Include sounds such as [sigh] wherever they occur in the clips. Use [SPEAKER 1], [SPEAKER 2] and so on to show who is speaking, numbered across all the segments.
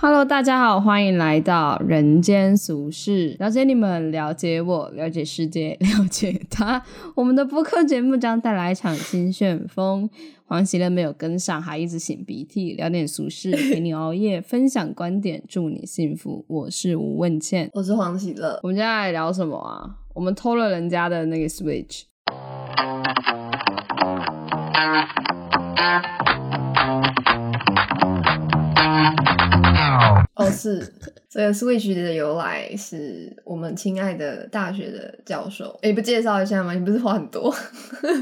[SPEAKER 1] Hello，大家好，欢迎来到人间俗世，了解你们，了解我，了解世界， [laughs] 了解他。我们的播客节目将带来一场新旋风。黄喜乐没有跟上，还一直擤鼻涕，聊点俗事，陪你熬夜，分享观点，祝你幸福。我是吴问倩，
[SPEAKER 2] 我是黄喜乐，
[SPEAKER 1] 我们接下来聊什么啊？我们偷了人家的那个 Switch。
[SPEAKER 2] 哦，是 [laughs] 这个 Switch 的由来是我们亲爱的大学的教授，诶你不介绍一下吗？你不是话很多， [laughs]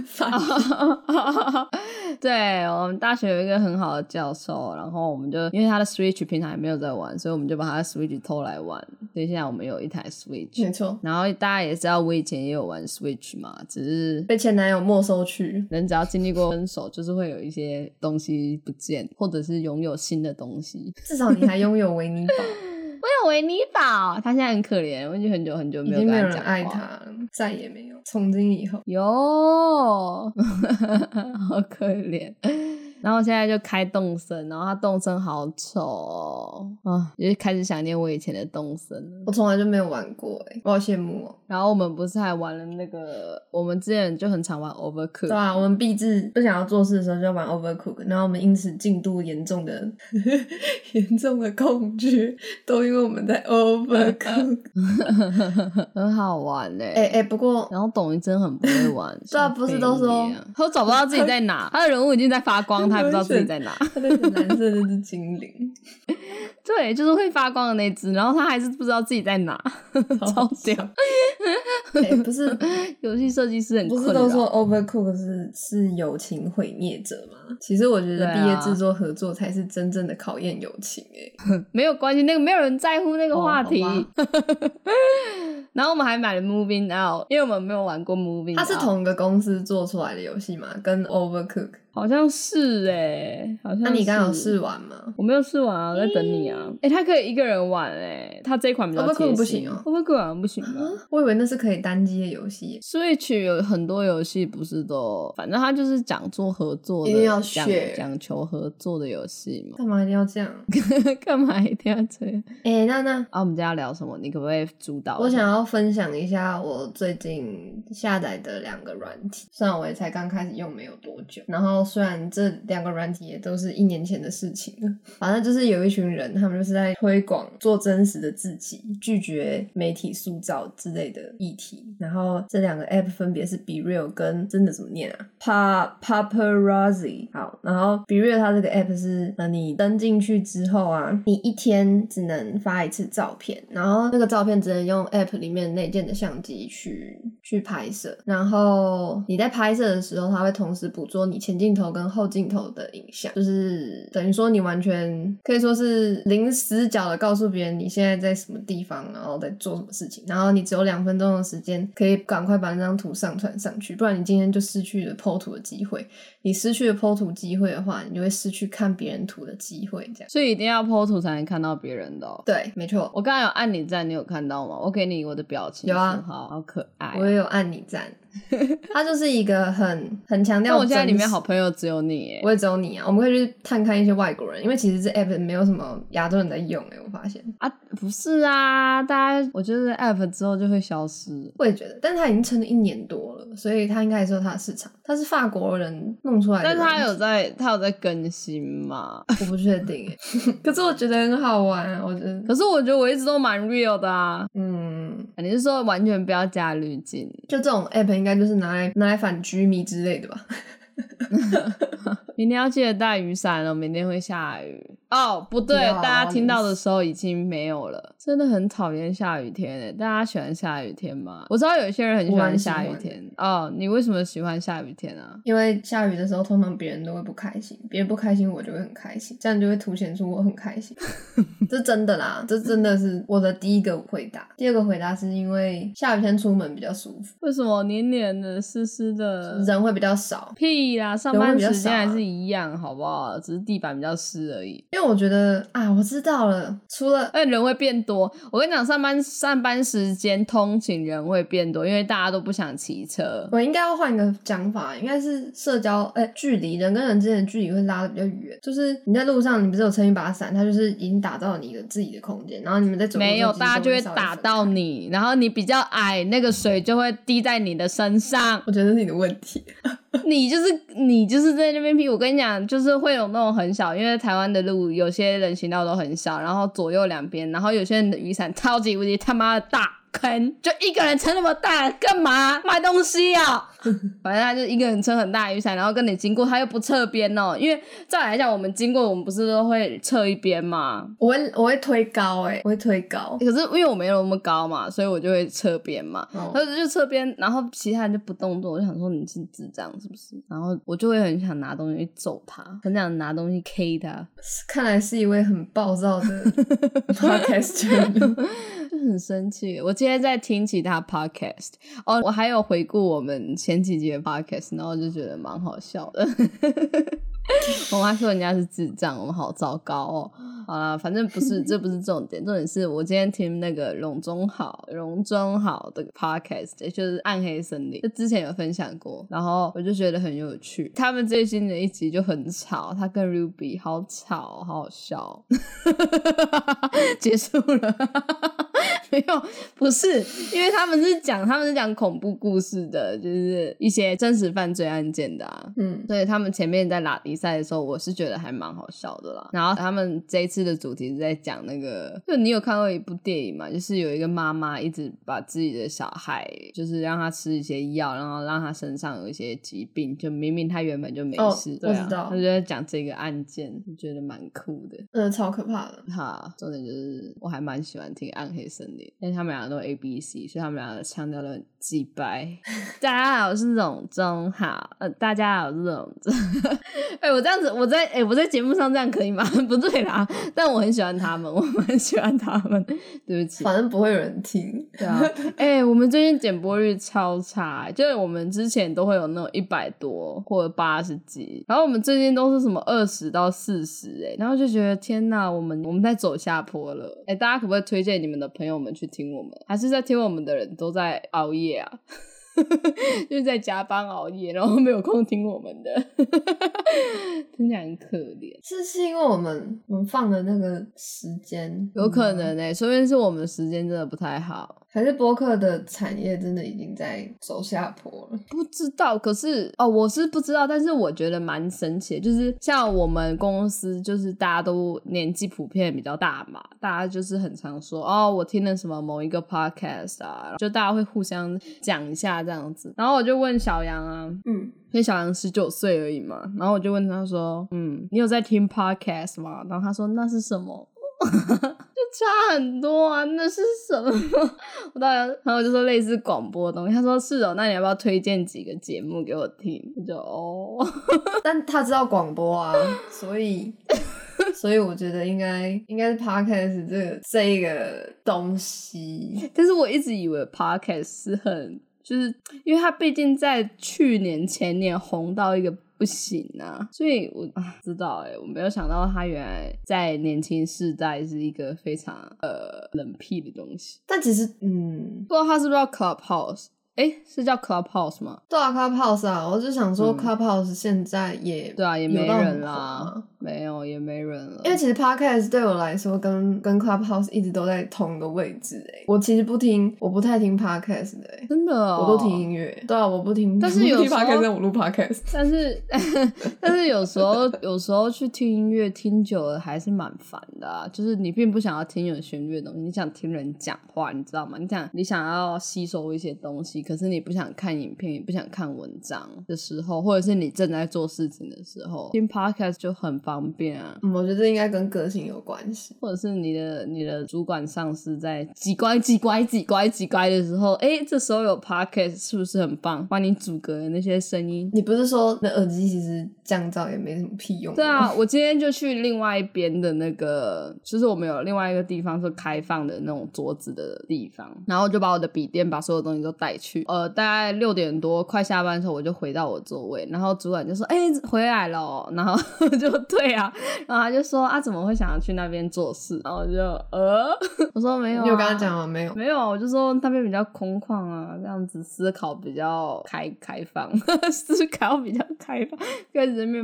[SPEAKER 2] 烦
[SPEAKER 1] 哦 [laughs] 对我们大学有一个很好的教授，然后我们就因为他的 Switch 平常也没有在玩，所以我们就把他的 Switch 偷来玩。所以现在我们有一台 Switch，
[SPEAKER 2] 没错，
[SPEAKER 1] [laughs] 然后大家也知道我以前也有玩 Switch 嘛，只是
[SPEAKER 2] 被前男友没收去。
[SPEAKER 1] 人只要经历过分手，就是会有一些东西不见，或者是拥有新的东
[SPEAKER 2] [laughs]
[SPEAKER 1] 西。
[SPEAKER 2] 至少你还拥有维尼宝，
[SPEAKER 1] 我有维尼宝，他现在很可怜，我已经很久很久
[SPEAKER 2] 已
[SPEAKER 1] [laughs] 没有
[SPEAKER 2] 经
[SPEAKER 1] 跟
[SPEAKER 2] 没有
[SPEAKER 1] 他
[SPEAKER 2] 人
[SPEAKER 1] 讲
[SPEAKER 2] 爱他
[SPEAKER 1] 话。
[SPEAKER 2] 了，再也没有。从今以后，
[SPEAKER 1] 有， [laughs] 好可怜。然后我现在就开动森，然后它动森好丑、哦、啊，就是开始想念我以前的动森了。
[SPEAKER 2] 我从来就没有玩过、诶我好羡慕哦、
[SPEAKER 1] 然后我们不是还玩了那个，我们之前就很常玩 Overcook，
[SPEAKER 2] 对啊，我们毕志不想要做事的时候就玩 Overcook，然后我们因此进度严重的 [laughs] 严重的空缺，都因为我
[SPEAKER 1] [laughs]
[SPEAKER 2] 们在 Overcook。
[SPEAKER 1] 很好玩嘞、
[SPEAKER 2] 哎哎、诶不过
[SPEAKER 1] 然后董一真很不会玩，
[SPEAKER 2] [laughs] 对啊
[SPEAKER 1] 像
[SPEAKER 2] 不是
[SPEAKER 1] 废
[SPEAKER 2] 都
[SPEAKER 1] 物
[SPEAKER 2] 说
[SPEAKER 1] 一样他都找不到自己在
[SPEAKER 2] [laughs]
[SPEAKER 1] 哪，他的人物已经在发光，他也不知道自己在哪。
[SPEAKER 2] 他那个蓝色那只精灵，
[SPEAKER 1] 对，就是会发光的那只，然后他还是不知道自己在哪， [laughs] [laughs] 超屌。
[SPEAKER 2] 哎、不
[SPEAKER 1] [laughs]
[SPEAKER 2] 是
[SPEAKER 1] 游戏设计师很
[SPEAKER 2] 不
[SPEAKER 1] 困
[SPEAKER 2] 是
[SPEAKER 1] 扰。
[SPEAKER 2] 都说 Overcook 是是友情毁灭者吗？其实我觉
[SPEAKER 1] 对
[SPEAKER 2] 得
[SPEAKER 1] 啊
[SPEAKER 2] 毕业制作合作才是真正的考验友情、欸。哎、
[SPEAKER 1] 没有关系，那个没有人在乎那个话题。
[SPEAKER 2] 哦好
[SPEAKER 1] [laughs] 然后我们还买了 Moving Out，因为我们没有玩过 Moving Out，
[SPEAKER 2] 它是同一个公司做出来的游戏嘛，跟 Overcook。
[SPEAKER 1] 好像是哎、好像是。
[SPEAKER 2] 那啊你刚好试？玩吗？
[SPEAKER 1] 我没有试完啊，我在等你啊。哎、他可以一个人玩哎、他这一款比较
[SPEAKER 2] Overcooked
[SPEAKER 1] 贴心。
[SPEAKER 2] 不行哦
[SPEAKER 1] o v e r c o o 好像不行吧
[SPEAKER 2] 啊，我以为那是可以单机的游戏、欸。
[SPEAKER 1] Switch 有很多游戏不是都，反正他就是讲做合作
[SPEAKER 2] 一定
[SPEAKER 1] 的，
[SPEAKER 2] 要
[SPEAKER 1] 讲
[SPEAKER 2] 学
[SPEAKER 1] 讲求合作的游戏嘛。 [laughs]
[SPEAKER 2] 干嘛一定要这样？
[SPEAKER 1] 干嘛一定要这样？
[SPEAKER 2] 哎、那那
[SPEAKER 1] 啊，我们今天要聊什么？你可不可以主导一下？
[SPEAKER 2] 我想要分享一下我最近下载的两个软体，虽然我也才刚开始用没有多久，然后虽然这两个软体也都是一年前的事情了，反正就是有一群人，他们就是在推广做真实的自己，拒绝媒体塑造之类的议题。然后这两个 app 分别是 Be Real 跟真的怎么念啊？Pa Paparazzi。好，然后 Be Real 它这个 app 是，呃，你登进去之后啊，你一天只能发一次照片，然后那个照片只能用 app 里面内建的相机去去拍摄。然后你在拍摄的时候，它会同时捕捉你前镜头跟后镜头的影像，就是等于说你完全可以说是零死角的告诉别人你现在在什么地方，然后在做什么事情，然后你只有两分钟的时间可以赶快把那张图上传上去，不然你今天就失去了剖图的机会。你失去了剖图机会的话，你就会失去看别人图的机会，这样。
[SPEAKER 1] 所以一定要 PO 图才能看到别人的、哦。
[SPEAKER 2] 对，没错，
[SPEAKER 1] 我刚刚有按你赞，你有看到吗？我给你我的表情
[SPEAKER 2] 有啊
[SPEAKER 1] 符号好可爱、
[SPEAKER 2] 我也有按你赞， [laughs] 它就是一个很很强
[SPEAKER 1] 但
[SPEAKER 2] 调。
[SPEAKER 1] 我现在里面好，朋友只有你耶，
[SPEAKER 2] 我也只有你啊。我们可以去探看一些外国人，因为其实这 app 没有什么亚洲人在用欸诶、我发现。
[SPEAKER 1] 啊，不是啊，大家我觉得 app 之后就会消失。
[SPEAKER 2] 我也觉得，但是它已经撑了一年多了，所以它应该也是有它的市场。它是法国人弄出来的
[SPEAKER 1] 但
[SPEAKER 2] 软
[SPEAKER 1] 是
[SPEAKER 2] 体，
[SPEAKER 1] 它有在，它有在更新嘛？ [laughs]
[SPEAKER 2] 我不确定诶、 [laughs] 可是我觉得很好玩啊，我觉得。
[SPEAKER 1] 可是我觉得我一直都蛮 real 的啊。
[SPEAKER 2] 嗯，
[SPEAKER 1] 你是说完全不要加滤镜？
[SPEAKER 2] 就这种 app 应该就是拿来拿来反居迷之类的吧？
[SPEAKER 1] 明天要记得带雨伞哦，明天会下雨。哦，不对，
[SPEAKER 2] 要
[SPEAKER 1] 大家听到的时候已经没有了。真的很讨厌下雨天欸诶，大家喜欢下雨天吗？我知道有些人很喜欢下雨天。哦，你为什么喜欢下雨天啊？
[SPEAKER 2] 因为下雨的时候，通常别人都会不开心，别人不开心，我就会很开心，这样就会凸显出我很开
[SPEAKER 1] [laughs]
[SPEAKER 2] 心。这真的啦，这真的是我的第一个回答。第二个回答是因为下雨天出门比较舒服，
[SPEAKER 1] 为什么黏黏的、湿湿的？
[SPEAKER 2] 人会比较少。
[SPEAKER 1] 屁啊，上
[SPEAKER 2] 人会
[SPEAKER 1] 班
[SPEAKER 2] 比较
[SPEAKER 1] 时间
[SPEAKER 2] 少
[SPEAKER 1] 还
[SPEAKER 2] 啊
[SPEAKER 1] 是一样，好不好？只是地板比较湿而已。
[SPEAKER 2] 因为我觉得啊，我知道了，除了
[SPEAKER 1] 但人会变多。我跟你讲，上班上班时间通勤人会变多，因为大家都不想骑车。
[SPEAKER 2] 我应该要换一个讲法，应该是社交，哎、距离人跟人之间的距离会拉的比较远。就是你在路上，你不是有撑一把伞，它就是已经打造你的自己的空间，然后你们在走路的时候
[SPEAKER 1] 没有，大家就会
[SPEAKER 2] 其实都稍微
[SPEAKER 1] 打
[SPEAKER 2] 分
[SPEAKER 1] 到
[SPEAKER 2] 开。。
[SPEAKER 1] 你，然后你比较矮，那个水就会滴在你的身上 [laughs]
[SPEAKER 2] 我觉得是你的问题，
[SPEAKER 1] 你就是你就是在那边劈。我跟你讲，就是会有那种很小，因为台湾的路有些人行道都很小，然后左右两边，然后有些人的雨伞超级无敌他妈的大。坑就一个人撑那么大，干嘛卖东西啊？ [laughs] 反正他就一个人撑很大的雨伞，然后跟你经过，他又不侧边哦。因为再来讲，我们经过，我们不是都会侧一边嘛？
[SPEAKER 2] 我会我会推高、哎，我会推高。
[SPEAKER 1] 可是因为我没有那么高嘛，所以我就会侧边嘛。
[SPEAKER 2] 哦
[SPEAKER 1] 他就侧边，然后其他人就不动作，我就想说你是智障是不是？然后我就会很想拿东西去揍他，很想拿东西 K 他，
[SPEAKER 2] 看来是一位很暴躁的
[SPEAKER 1] [laughs]
[SPEAKER 2] podcaster。
[SPEAKER 1] 就很生气。我今天在听其他 podcast，哦，我还有回顾我们前几集的 podcast，然后就觉得蛮好笑的。 [laughs] 我妈说人家是智障，我们好糟糕哦。好啦，反正不是，这不是重点，重点是我今天听那个容中好，容中好的 podcast，也就是《暗黑森林》，就之前有分享过，然后我就觉得很有趣。他们最新的一集就很吵，他跟 Ruby 好吵，好好笑。哦 [laughs] 结束了， [laughs] 没有，不是，因为他们是讲他们是讲恐怖故事的，就是一些真实犯罪案件的啊。
[SPEAKER 2] 嗯，
[SPEAKER 1] 所以他们前面在拉迪赛的时候，我是觉得还蛮好笑的啦。然后他们这一次的主题是在讲那个，就你有看过一部电影嘛？就是有一个妈妈一直把自己的小孩，就是让他吃一些药，然后让他身上有一些疾病，就明明他原本就没
[SPEAKER 2] 哦
[SPEAKER 1] 事，对
[SPEAKER 2] 我
[SPEAKER 1] 啊
[SPEAKER 2] 知，道
[SPEAKER 1] 他就在讲这个案件，我觉得蛮酷的。
[SPEAKER 2] 嗯，超可怕的。
[SPEAKER 1] 哈，重点就是我还蛮喜欢听《暗黑森林》，因为他们两个都 A B C，所以他们两个腔调都很鸡掰。大家好，我是种中好，呃，大家好，我是种中。 [laughs] 哎、我这样子，我在哎、我在节目上这样可以吗？ [laughs] 不对啦，但我很喜欢他们，我蛮喜欢他们。对不起，
[SPEAKER 2] 反正不会有人听，
[SPEAKER 1] 对啊，哎、我们最近点播率超差、欸就是我们之前都会有那种一百多或者八十几，然后我们最近都是什么二十到四十，哎，然后就觉得天呐，我们我们在走下坡了，哎、大家可不可以推荐你们的朋友们去听我们？还是在听我们的人都在熬夜啊？ [laughs] 就是在加班熬夜，然后没有空听我们的， [laughs] 真的很可怜。
[SPEAKER 2] 是是因为我们我们放的那个时间嗯
[SPEAKER 1] 有可能哎、说不定是我们的时间真的不太好。
[SPEAKER 2] 还是播客的产业真的已经在走下坡了。
[SPEAKER 1] 不知道，可是哦，我是不知道，但是我觉得蛮神奇的，就是像我们公司，就是大家都年纪普遍比较大嘛，大家就是很常说哦，我听了什么某一个 podcast 啊，就大家会互相讲一下这样子。然后我就问小杨啊，
[SPEAKER 2] 嗯，
[SPEAKER 1] 因为小杨十九岁而已嘛，然后我就问他说，嗯，你有在听 podcast 吗？然后他说那是什么？ [laughs] 就差很多啊，那是什么？ [laughs] 我当然，然后我就说类似广播的东西，他说是哦，那你要不要推荐几个节目给我听？我就哦，
[SPEAKER 2] 嗯但他知道广播啊， [laughs] 所以所以我觉得应该应该是 podcast 这个这一个东西，
[SPEAKER 1] 但是我一直以为 podcast 是很，就是因为它毕竟在去年前年红到一个不行啊，所以我啊知道哎、我没有想到它原来在年轻世代是一个非常呃冷僻的东西，
[SPEAKER 2] 但其实嗯，
[SPEAKER 1] 不知道它是不是叫 Clubhouse。诶，是叫 Clubhouse 吗？
[SPEAKER 2] 对啊，Clubhouse 啊，我就想
[SPEAKER 1] 嗯
[SPEAKER 2] 说 Clubhouse 现在也
[SPEAKER 1] 对啊，也没
[SPEAKER 2] 有到很
[SPEAKER 1] 人
[SPEAKER 2] 红
[SPEAKER 1] 啦
[SPEAKER 2] 啊，
[SPEAKER 1] 没有，也没人了。
[SPEAKER 2] 因为其实 podcast 对我来说跟跟 Clubhouse 一直都在同一个位置诶、我其实不听，我不太听 podcast 的、欸，
[SPEAKER 1] 真的、哦，
[SPEAKER 2] 我都听音乐。对啊，我不听，
[SPEAKER 1] 但是有
[SPEAKER 2] 我不
[SPEAKER 1] 时
[SPEAKER 2] 听
[SPEAKER 1] 候
[SPEAKER 2] podcast，但我录 podcast。
[SPEAKER 1] 但是， [laughs] 但是有时候， [laughs] 有时候去听音乐听久了还是蛮烦的、啊。就是你并不想要听有旋律的东西，你想听人讲话，你知道吗？你想你想要吸收一些东西，可是你不想看影片，也不想看文章的时候，或者是你正在做事情的时候，听 podcast 就很方便啊。
[SPEAKER 2] 嗯，我觉得这应该跟个性有关系。
[SPEAKER 1] 或者是你的你的主管上司在几乖几乖几乖几乖的时候，哎，这时候有 podcast 是不是很棒？帮你阻隔了那些声音，
[SPEAKER 2] 你不是说那耳机其实降噪也没什么屁用？
[SPEAKER 1] 对，啊，我今天就去另外一边的那个，就是我们有另外一个地方是开放的那种桌子的地方，然后就把我的笔电、把所有东西都带去，去。呃，大概六点多快下班的时候，我就回到我座位，然后主管就说：“哎、回来了哦、然后 [laughs] 我就对啊，然后他就说：“啊，怎么会想要去那边做事？”然后我就呃， [laughs] 我说没有、啊，
[SPEAKER 2] 你有跟他讲吗？没有。
[SPEAKER 1] 没有啊，我就说那边比较空旷啊，这样子思考比较开开放， [laughs] 思考比较开
[SPEAKER 2] [laughs]
[SPEAKER 1] 放，开始面。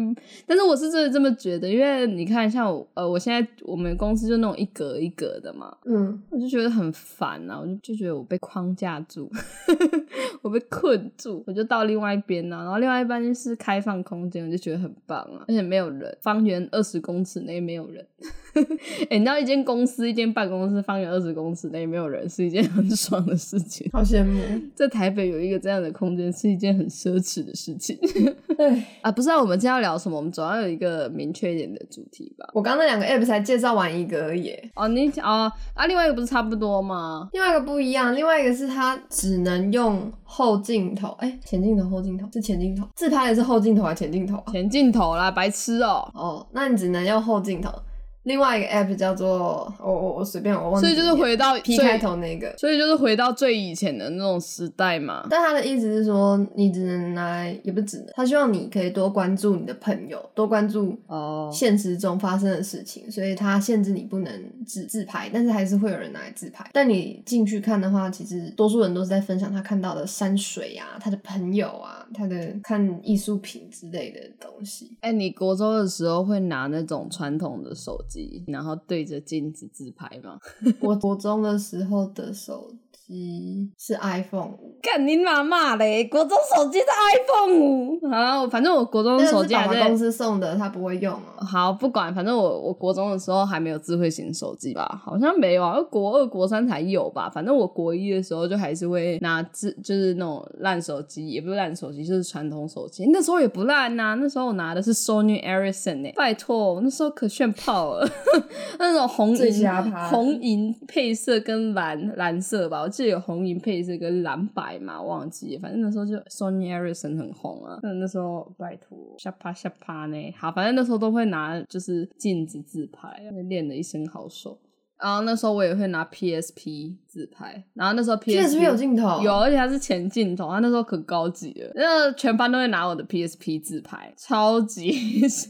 [SPEAKER 1] 但是我是真的这么觉得，因为你看，像我呃，我现在我们公司就那种一格一格的嘛，
[SPEAKER 2] 嗯，
[SPEAKER 1] 我就觉得很烦啊，我就就觉得我被框架住， [laughs] 我被困住，我就到另外一边呢、啊，然后另外一边就是开放空间，我就觉得很棒啊，而且没有人，方圆二十公尺内没有人。 [laughs] 哎、你知道一间公司、一间办公室，方圆二十公尺内没有人是一件很爽的事情。 [laughs]
[SPEAKER 2] 好羡慕。
[SPEAKER 1] 在台北有一个这样的空间是一件很奢侈的事情
[SPEAKER 2] [laughs]
[SPEAKER 1] [laughs]
[SPEAKER 2] 对，
[SPEAKER 1] 啊！不知道我们今天要聊什么，我们总要有一个明确一点的主题吧？
[SPEAKER 2] 我刚刚那两个 app 才介绍完一个而已欸耶，
[SPEAKER 1] 哦，你哦啊，另外一个不是差不多吗？
[SPEAKER 2] 另外一个不一样，另外一个是它只能用后镜头，哎、前镜头、后镜头是前镜头，自拍的是后镜头还是前镜头啊？
[SPEAKER 1] 前镜头啦，白痴哦、
[SPEAKER 2] 哦，那你只能用后镜头。另外一个 app 叫做我我我随便我忘记
[SPEAKER 1] 所以
[SPEAKER 2] 名
[SPEAKER 1] 就
[SPEAKER 2] 字了，
[SPEAKER 1] 是回到
[SPEAKER 2] 哦 P
[SPEAKER 1] 最
[SPEAKER 2] 开头那个，
[SPEAKER 1] 所以就是回到最以前的那种时代嘛。
[SPEAKER 2] 但他的意思是说，你只能拿来，也不只能，他希望你可以多关注你的朋友，多关注
[SPEAKER 1] 哦
[SPEAKER 2] 现实中发生的事情，所以他限制你不能自自拍，但是还是会有人拿来自拍。但你进去看的话，其实多数人都是在分享他看到的山水啊，他的朋友啊，他的看艺术品之类的东西。 [laughs]
[SPEAKER 1] 哎、你国中的时候会拿那种传统的手机，然后对着镜子自拍吗？
[SPEAKER 2] 我国中的时候的手机是 iPhone 五，
[SPEAKER 1] 干你妈妈嘞！国中手机是 iPhone 五啊，反正我国中
[SPEAKER 2] 但是
[SPEAKER 1] 手
[SPEAKER 2] 是
[SPEAKER 1] 机
[SPEAKER 2] 爸
[SPEAKER 1] 还
[SPEAKER 2] 爸
[SPEAKER 1] 在。
[SPEAKER 2] 公司送的，他不会用啊。
[SPEAKER 1] 好，不管，反正我我国中的时候还没有智慧型手机吧，好像没有啊，国二、国三才有吧。反正我国一的时候就还是会拿智，就是那种烂手机，也不是烂手机，就是传统手机。那时候也不烂呐、那时候我拿的是 Sony Ericsson 呢、拜托，那时候可炫炮了， [laughs] 那种红
[SPEAKER 2] 最
[SPEAKER 1] 银
[SPEAKER 2] 瞎趴
[SPEAKER 1] 红银配色跟蓝蓝色吧，我记得有红银配色跟蓝白嘛，忘记了，反正那时候就 Sony Ericsson 很红啊。那那时候拜托，下趴下趴呢，好，反正那时候都会拿就是镜子自拍啊，练了一身好手。然后那时候我也会拿 PSP 自拍，然后那时候
[SPEAKER 2] P S
[SPEAKER 1] PSP
[SPEAKER 2] P 有镜头，
[SPEAKER 1] 有，而且它是前镜头，它那时候可高级了，那全班都会拿我的 PSP 自拍，超级。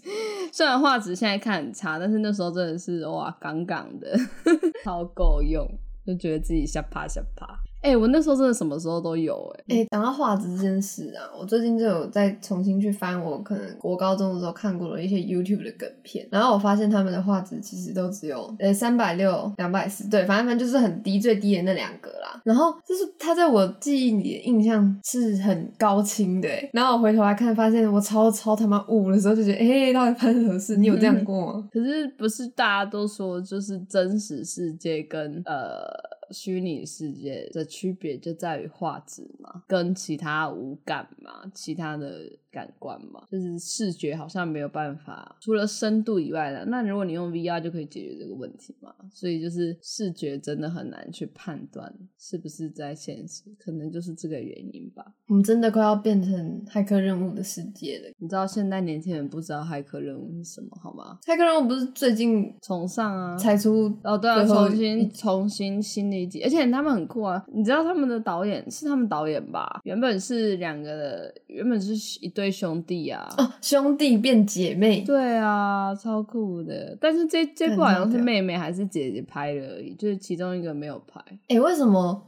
[SPEAKER 1] [laughs] 虽然画质现在看很差，但是那时候真的是哇，杠杠的， [laughs] 超够用，就觉得自己瞎趴瞎趴。哎、我那时候真的什么时候都有哎、
[SPEAKER 2] 哎、讲到画质这件事啊，我最近就有在重新去翻我可能国高中的时候看过的一些 YouTube 的梗片，然后我发现他们的画质其实都只有呃三百六、两百四，对，反正反正就是很低，最低的那两个啦。然后就是它在我记忆里的印象是很高清的、欸，然后我回头来看，发现我超超他妈雾的时候，就觉得哎、欸到底发生什么事？你有这样过吗？
[SPEAKER 1] 可是不是大家都说，就是真实世界跟呃虚拟世界的区别就在于画质嘛，跟其他五感嘛，其他的感官嘛，就是视觉好像没有办法，除了深度以外呢，那如果你用 VR 就可以解决这个问题嘛，所以就是视觉真的很难去判断是不是在现实，可能就是这个原因吧。
[SPEAKER 2] [laughs] 我们真的快要变成骇客任务的世界了。
[SPEAKER 1] 你知道现在年轻人不知道骇客任务是什么好吗？
[SPEAKER 2] 骇客任务不是最近
[SPEAKER 1] 崇尚啊，
[SPEAKER 2] 才出
[SPEAKER 1] 哦，对啊，
[SPEAKER 2] 最后
[SPEAKER 1] 重
[SPEAKER 2] 一
[SPEAKER 1] 新重新新的一集，而且他们很酷啊！你知道他们的导演是他们导演吧？原本是两个，原本是一对兄弟啊。
[SPEAKER 2] 哦，兄弟变姐妹，
[SPEAKER 1] 对啊，超酷的！但是这这部好
[SPEAKER 2] 看到
[SPEAKER 1] 像是
[SPEAKER 2] 掉
[SPEAKER 1] 妹妹还是姐姐拍的而已，就是其中一个没有拍。
[SPEAKER 2] 哎、为什么？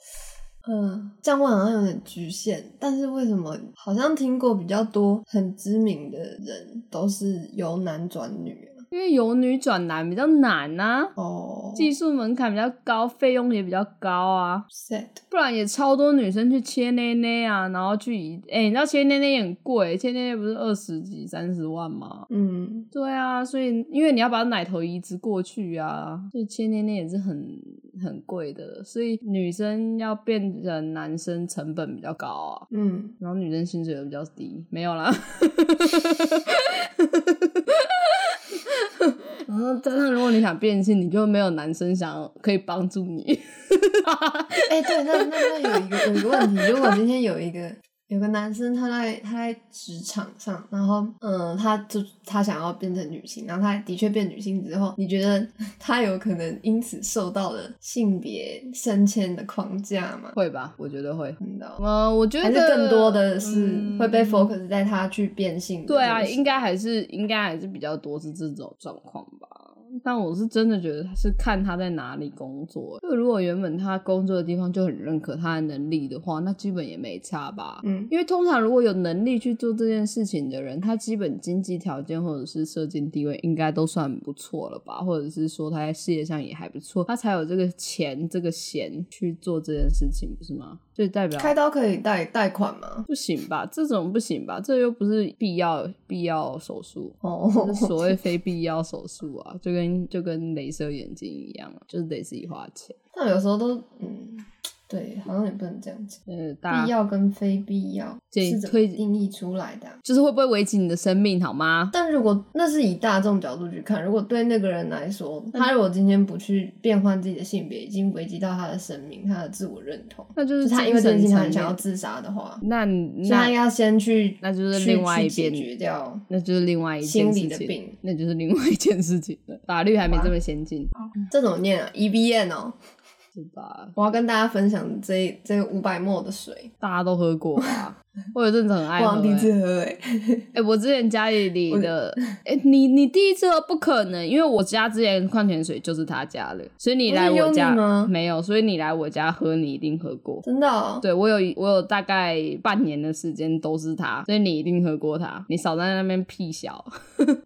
[SPEAKER 2] 嗯，这样问好像有点局限，但是为什么好像听过比较多很知名的人都是由男转女啊？
[SPEAKER 1] 因为由女转男比较难呐、
[SPEAKER 2] 哦
[SPEAKER 1] 技术门槛比较高，费用也比较高啊。
[SPEAKER 2] ，set
[SPEAKER 1] 不然也超多女生去切内内啊，然后去移，哎、你知道切内内也很贵，切内内不是二十几、三十万吗？
[SPEAKER 2] 嗯，
[SPEAKER 1] 对啊，所以因为你要把奶头移植过去啊，所以切内内也是很很贵的，所以女生要变成男生成本比较高啊，
[SPEAKER 2] 嗯，
[SPEAKER 1] 然后女生薪水又比较低，没有啦。 [laughs] 然后，但是如果你想变性，你就没有男生想要可以帮助你。
[SPEAKER 2] 哎、对，那那那有一个有一个问题，如果今天有一个有个男生他在他在职场上，然后嗯，他就他想要变成女性，然后他的确变女性之后，你觉得 [laughs] 他有可能因此受到了性别升迁的框架吗？
[SPEAKER 1] 会吧？我觉得会。
[SPEAKER 2] 你知道吗？
[SPEAKER 1] 嗯，我觉得
[SPEAKER 2] 还是更多的是
[SPEAKER 1] 嗯
[SPEAKER 2] 会被 focus 在他去变性的这
[SPEAKER 1] 对
[SPEAKER 2] 件事？
[SPEAKER 1] 啊，应该还是应该还是比较多是这种状况吧。但我是真的觉得是看他在哪里工作，就如果原本他工作的地方就很认可他的能力的话，那基本也没差吧。
[SPEAKER 2] 嗯
[SPEAKER 1] 因为通常如果有能力去做这件事情的人，他基本经济条件或者是社经地位应该都算不错了吧，或者是说他在事业上也还不错，他才有这个钱这个闲去做这件事情，不是吗？就代表
[SPEAKER 2] 开刀可以贷贷款
[SPEAKER 1] [laughs]
[SPEAKER 2] 吗？
[SPEAKER 1] 不行吧？这种不行吧？这又不是必要必要手术，
[SPEAKER 2] 哦，
[SPEAKER 1] 就是所谓非必要手术啊，就跟就跟镭射眼睛一样啊，就是得自己花钱。
[SPEAKER 2] 但有时候都嗯，对，好像也不能这样讲。
[SPEAKER 1] 呃，大
[SPEAKER 2] 必
[SPEAKER 1] 家
[SPEAKER 2] 要跟非必要
[SPEAKER 1] 建议
[SPEAKER 2] 是怎
[SPEAKER 1] 推
[SPEAKER 2] 么定义出来的啊、
[SPEAKER 1] 就是会不会危及你的生命好吗？
[SPEAKER 2] 但如果那是以大众角度去看，如果对那个人来说，他如果今天不去变换自己的性别，已经危及到他的生命、他的自我认同，
[SPEAKER 1] 那就
[SPEAKER 2] 就是是他因为这件
[SPEAKER 1] 精神
[SPEAKER 2] 事情
[SPEAKER 1] 层
[SPEAKER 2] 他很想要
[SPEAKER 1] 面
[SPEAKER 2] 自杀的话，
[SPEAKER 1] 那
[SPEAKER 2] 所以他应
[SPEAKER 1] 那
[SPEAKER 2] 该要先去，
[SPEAKER 1] 那就是
[SPEAKER 2] 去
[SPEAKER 1] 另外
[SPEAKER 2] 去
[SPEAKER 1] 一边
[SPEAKER 2] 解决掉。
[SPEAKER 1] 那就是另外一件事
[SPEAKER 2] 心理
[SPEAKER 1] 情
[SPEAKER 2] 的病
[SPEAKER 1] 那就是另外一件事情了。法律还没
[SPEAKER 2] 好吧
[SPEAKER 1] 这么先进，
[SPEAKER 2] 这种念啊，E B N 哦，
[SPEAKER 1] 是吧？
[SPEAKER 2] 我要跟大家分享这这五百沫的水，
[SPEAKER 1] 大家都喝过
[SPEAKER 2] [laughs]
[SPEAKER 1] 吧？我有阵子很爱
[SPEAKER 2] 我
[SPEAKER 1] 喝、
[SPEAKER 2] 好像第一
[SPEAKER 1] 欸
[SPEAKER 2] 次喝诶、
[SPEAKER 1] 哎、我之前家里里的，哎、你你第一次喝不可能，因为我家之前矿泉水就是他家的，所以你来我
[SPEAKER 2] 不是
[SPEAKER 1] 家
[SPEAKER 2] 哦用力吗
[SPEAKER 1] 没有，所以你来我家喝，你一定喝过。
[SPEAKER 2] 真的、哦。
[SPEAKER 1] 对我有一我有大概半年的时间都是他，所以你一定喝过他。你少在那边屁小，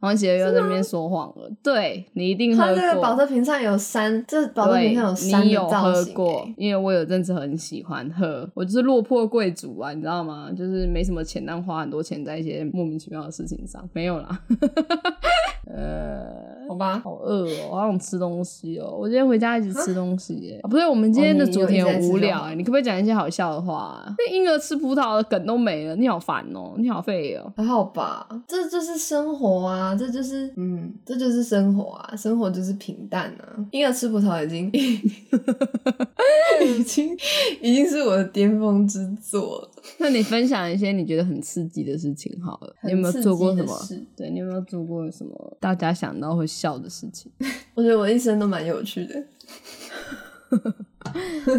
[SPEAKER 1] 黄喜儿又在那边说谎了。对你一定喝
[SPEAKER 2] 它
[SPEAKER 1] 过。
[SPEAKER 2] 这个保特瓶上有山，这保特瓶上有
[SPEAKER 1] 对，
[SPEAKER 2] 山
[SPEAKER 1] 你
[SPEAKER 2] 的
[SPEAKER 1] 有
[SPEAKER 2] 造
[SPEAKER 1] 喝
[SPEAKER 2] 型、
[SPEAKER 1] 过
[SPEAKER 2] 欸。，
[SPEAKER 1] 因为我有阵子很喜欢喝，我就是落魄贵族啊，你知道吗？就是没什么钱，但花很多钱在一些莫名其妙的事情上，没有啦。呃，
[SPEAKER 2] 好吧，
[SPEAKER 1] 好饿哦，好想吃东西哦。我今天回家一直吃东西耶、啊不对，我们今天的主题很无聊、
[SPEAKER 2] 哦哦你有一直在吃东
[SPEAKER 1] 哎，
[SPEAKER 2] 西
[SPEAKER 1] 你可不可以讲一些好笑的话、啊？那婴儿吃葡萄的梗都没了，你好烦哦，你好废哦。
[SPEAKER 2] 还好吧，这就是生活啊，这就是嗯，这就是生活啊，生活就是平淡啊。婴儿吃葡萄已经 [laughs] 已经已经是我的巅峰之作了。
[SPEAKER 1] 那你分享一些你觉得很刺激的事情好了，你有没有
[SPEAKER 2] 很刺
[SPEAKER 1] 做过
[SPEAKER 2] 激
[SPEAKER 1] 什
[SPEAKER 2] 的
[SPEAKER 1] 么？
[SPEAKER 2] 事
[SPEAKER 1] 对你有没有做过什么大家想到会笑的事情？
[SPEAKER 2] 我觉得我一生都蛮有趣的。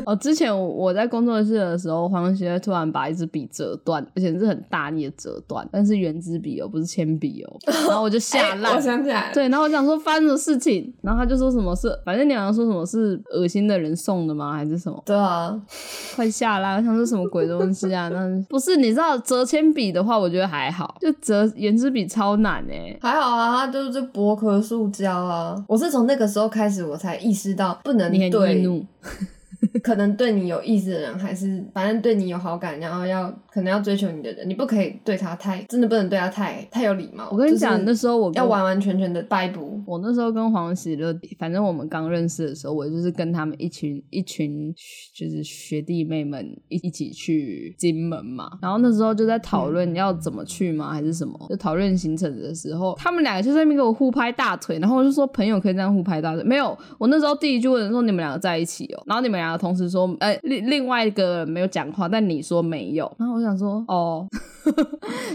[SPEAKER 1] 哦，之前我我在工作室的时候，黄学突然把一支笔折断，而且是很大力的折断，但是圆珠笔哦，不是铅笔哦，然
[SPEAKER 2] [laughs]
[SPEAKER 1] 后我就吓
[SPEAKER 2] 哎
[SPEAKER 1] 烂。
[SPEAKER 2] 我想起来
[SPEAKER 1] [laughs]
[SPEAKER 2] 了，
[SPEAKER 1] 对，然后我想说发生什么事情，然后他就说什么是，反正你好像说什么是恶心的人送的吗，还是什么？
[SPEAKER 2] 对啊，
[SPEAKER 1] 快下啦！我想说什么鬼东西啊？那 [laughs] 不是你知道折铅笔的话，我觉得还好，就折圆珠笔超难哎、
[SPEAKER 2] 还好啊，它就是薄壳塑胶啊。我是从那个时候开始，我才意识到不能
[SPEAKER 1] 你很易
[SPEAKER 2] 嗯对
[SPEAKER 1] 怒，
[SPEAKER 2] 可能对你有意思的人，还是反正对你有好感，然后要可能要追求你的人，你不可以对他太真的不能对他太太有礼貌。
[SPEAKER 1] 我跟你讲，
[SPEAKER 2] 就
[SPEAKER 1] 那
[SPEAKER 2] 是
[SPEAKER 1] 时候我跟
[SPEAKER 2] 要完完全全的掰不。
[SPEAKER 1] 我那时候跟黄喜乐，反正我们刚认识的时候，我就是跟他们一群一群就是学弟妹们一一起去金门嘛。然后那时候就在讨论要怎么去吗，还是什么？就讨论行程的时候，他们两个就在那边给我互拍大腿，然后我就说朋友可以这样互拍大腿，没有。我那时候第一句问说你们两个在一起哦，然后你们两个同时说，呃，另另外一个人没有讲话，但你说没有，然后我想说哦。 [laughs]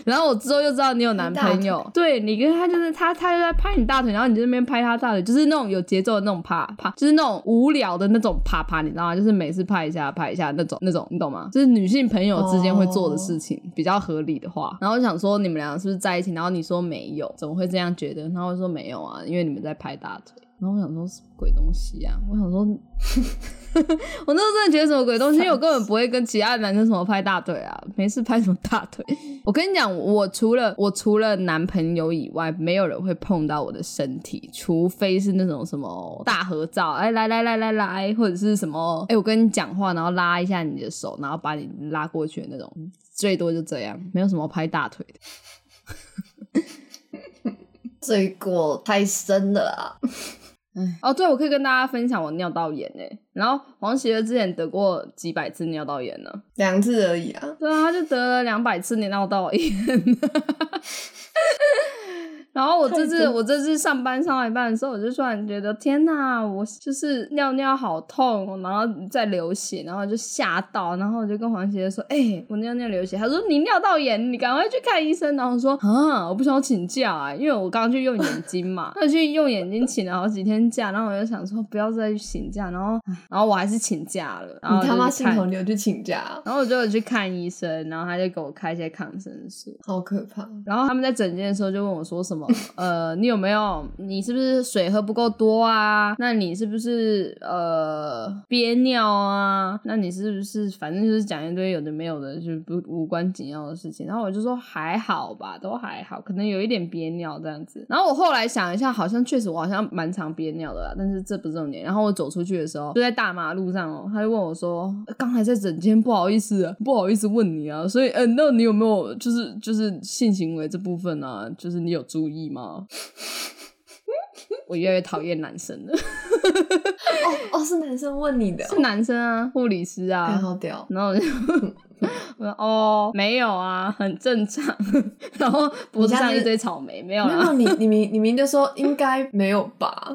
[SPEAKER 1] 然后我之后就知道你有男朋友，对你跟他就是他，他就在拍你大腿，然后你就在那边拍他大腿，就是那种有节奏的那种啪啪，就是那种无聊的那种啪啪，你知道吗？就是每次拍一下拍一下那种那种，你懂吗？就是女性朋友之间会做的事情、比较合理的话。然后我想说你们两个是不是在一起？然后你说没有，怎么会这样觉得？然后我说没有啊，因为你们在拍大腿。然后我想说什么鬼东西啊？我想说， [laughs] 我那时候真的觉得什么鬼东西，因为我根本不会跟其他的男生什么拍大腿啊，没事拍什么大腿。我跟你讲，我除了我除了男朋友以外，没有人会碰到我的身体，除非是那种什么大合照，哎，来来来来来，或者是什么，哎，我跟你讲话，然后拉一下你的手，然后把你拉过去的那种，最多就这样，没有什么拍大腿的。
[SPEAKER 2] 罪过太深了啊！
[SPEAKER 1] 哦，对，我可以跟大家分享我尿道炎诶，然后黄喜儿之前得过几百次尿道炎呢。
[SPEAKER 2] 两次而已啊，
[SPEAKER 1] 对啊，他就得了两百次尿道炎。 [laughs] 然后我这
[SPEAKER 2] 太
[SPEAKER 1] 次
[SPEAKER 2] 多
[SPEAKER 1] 我这次上班上到一半的时候，我就突然觉得天哪，我就是尿尿好痛，哦然后在流血，然后就吓到，然后我就跟黄杰说：“哎、我尿尿流血。”他说：“你尿道炎，你赶快去看医生。”然后我说：“啊，我不想请假、啊，因为我刚刚去用眼睛嘛，那去用眼睛请了好几天假，然后我就想说不要再去请假，然后唉然后我还是请假了。然后
[SPEAKER 2] 你他妈
[SPEAKER 1] 就去
[SPEAKER 2] 信
[SPEAKER 1] 看
[SPEAKER 2] 头牛去请假啊，
[SPEAKER 1] 然后我就有去看医生，然后他就给我开一些抗生素。
[SPEAKER 2] 好可
[SPEAKER 1] [laughs]
[SPEAKER 2] 怕！
[SPEAKER 1] 然后他们在诊间的时候就问我说什么，呃，你有没有，你是不是水喝不够多啊？那你是不是呃憋尿啊？那你是不是反正就是讲一堆有的没有的，就是不无关紧要的事情。然后我就说还好吧，都还好，可能有一点憋尿这样子。然后我后来想一下，好像确实我好像蛮常憋尿的啦，但是这不是重点。然后我走出去的时候，就在大马路上哦，他就问我说，呃刚才在诊间不好意思、不好意思问你啊，所以嗯、呃那你有没有就是就是性行为这部分啊，就是你有注意吗？ [laughs] 我越来越讨厌男生了， [laughs]
[SPEAKER 2] 哦哦，是男生问你的哦，
[SPEAKER 1] 是男生啊，护理师
[SPEAKER 2] 哎
[SPEAKER 1] 啊，
[SPEAKER 2] 好屌！
[SPEAKER 1] 然后我就 [laughs] 我说哦，没有啊，很正常。然后脖子
[SPEAKER 2] 你下
[SPEAKER 1] 上
[SPEAKER 2] 次
[SPEAKER 1] 一堆草莓，没有啊
[SPEAKER 2] 没
[SPEAKER 1] 啦
[SPEAKER 2] 有，，你 [laughs] 你明你明就说应该没有吧？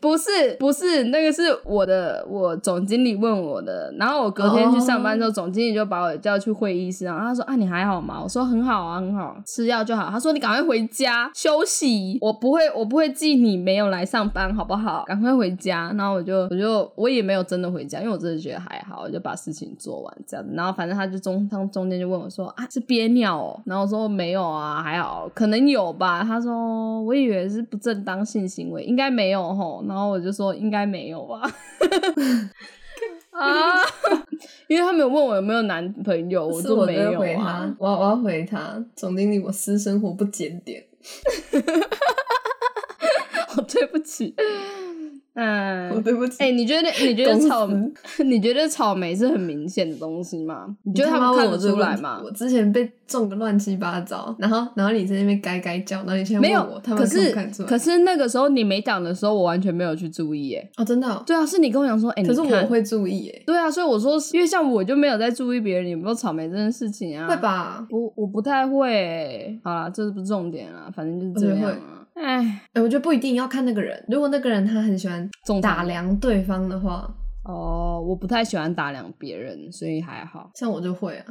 [SPEAKER 1] 不是不是，那个是我的，我总经理问我的。然后我隔天去上班之后总经理就把我叫去会议室，然后他说啊，你还好吗？我说很好啊，很好，吃药就好。他说你赶快回家休息，我不会我不会记你没有来上班，好不好？赶快回家。然后我就我就我也没有真的回家，因为我真的觉得还好，我就把事情做完这样子。然后反正他就中他中间就问我说啊，是憋尿哦？然后我说没有啊，还好，可能有吧。他说我以为是不正当性行为，应该没有吼。然后我就说应该没有吧。
[SPEAKER 2] [laughs]
[SPEAKER 1] 啊， [laughs] 因为他没有问我有没有男朋友，
[SPEAKER 2] 是
[SPEAKER 1] 就
[SPEAKER 2] 我
[SPEAKER 1] 没
[SPEAKER 2] 在
[SPEAKER 1] 有
[SPEAKER 2] 回
[SPEAKER 1] 啊。 [laughs]
[SPEAKER 2] 他，我要我要回他，总经理，我私生活不检点。
[SPEAKER 1] 哦，对不起，嗯，
[SPEAKER 2] [laughs] 我对不起。
[SPEAKER 1] 哎、你觉得你觉得
[SPEAKER 2] 公
[SPEAKER 1] 草 [laughs] 你觉得草莓是很明显的东西吗？你觉得他
[SPEAKER 2] 妈
[SPEAKER 1] 们
[SPEAKER 2] 问
[SPEAKER 1] 看
[SPEAKER 2] 我
[SPEAKER 1] 得
[SPEAKER 2] 这个
[SPEAKER 1] 出来
[SPEAKER 2] 问题
[SPEAKER 1] 吗？
[SPEAKER 2] 我之前被中个乱七八糟，然后然后你在那边该该叫，然后你现在
[SPEAKER 1] 没
[SPEAKER 2] 问我
[SPEAKER 1] 有，
[SPEAKER 2] 他
[SPEAKER 1] 可
[SPEAKER 2] 们看
[SPEAKER 1] 是
[SPEAKER 2] 不看出来？
[SPEAKER 1] 可是那个时候你没讲的时候，我完全没有去注意。哎，
[SPEAKER 2] 哦，真的哦、
[SPEAKER 1] 对啊，是你跟我讲说，哎、
[SPEAKER 2] 可是
[SPEAKER 1] 你看
[SPEAKER 2] 我。会注意耶，
[SPEAKER 1] 对啊，所以我说，因为像我就没有在注意别人有没有草莓这件事情啊。
[SPEAKER 2] 会？吧？
[SPEAKER 1] 不，我不太会欸。好啦，这不是重点啦，反正就是这样
[SPEAKER 2] 我觉
[SPEAKER 1] 啊。哎，
[SPEAKER 2] 哎、我觉得不一定要看那个人，如果那个人他很喜欢
[SPEAKER 1] 重
[SPEAKER 2] 打
[SPEAKER 1] 点
[SPEAKER 2] 量对方的话，
[SPEAKER 1] 哦，我不太喜欢打量别人，所以还好。
[SPEAKER 2] 像我就会啊。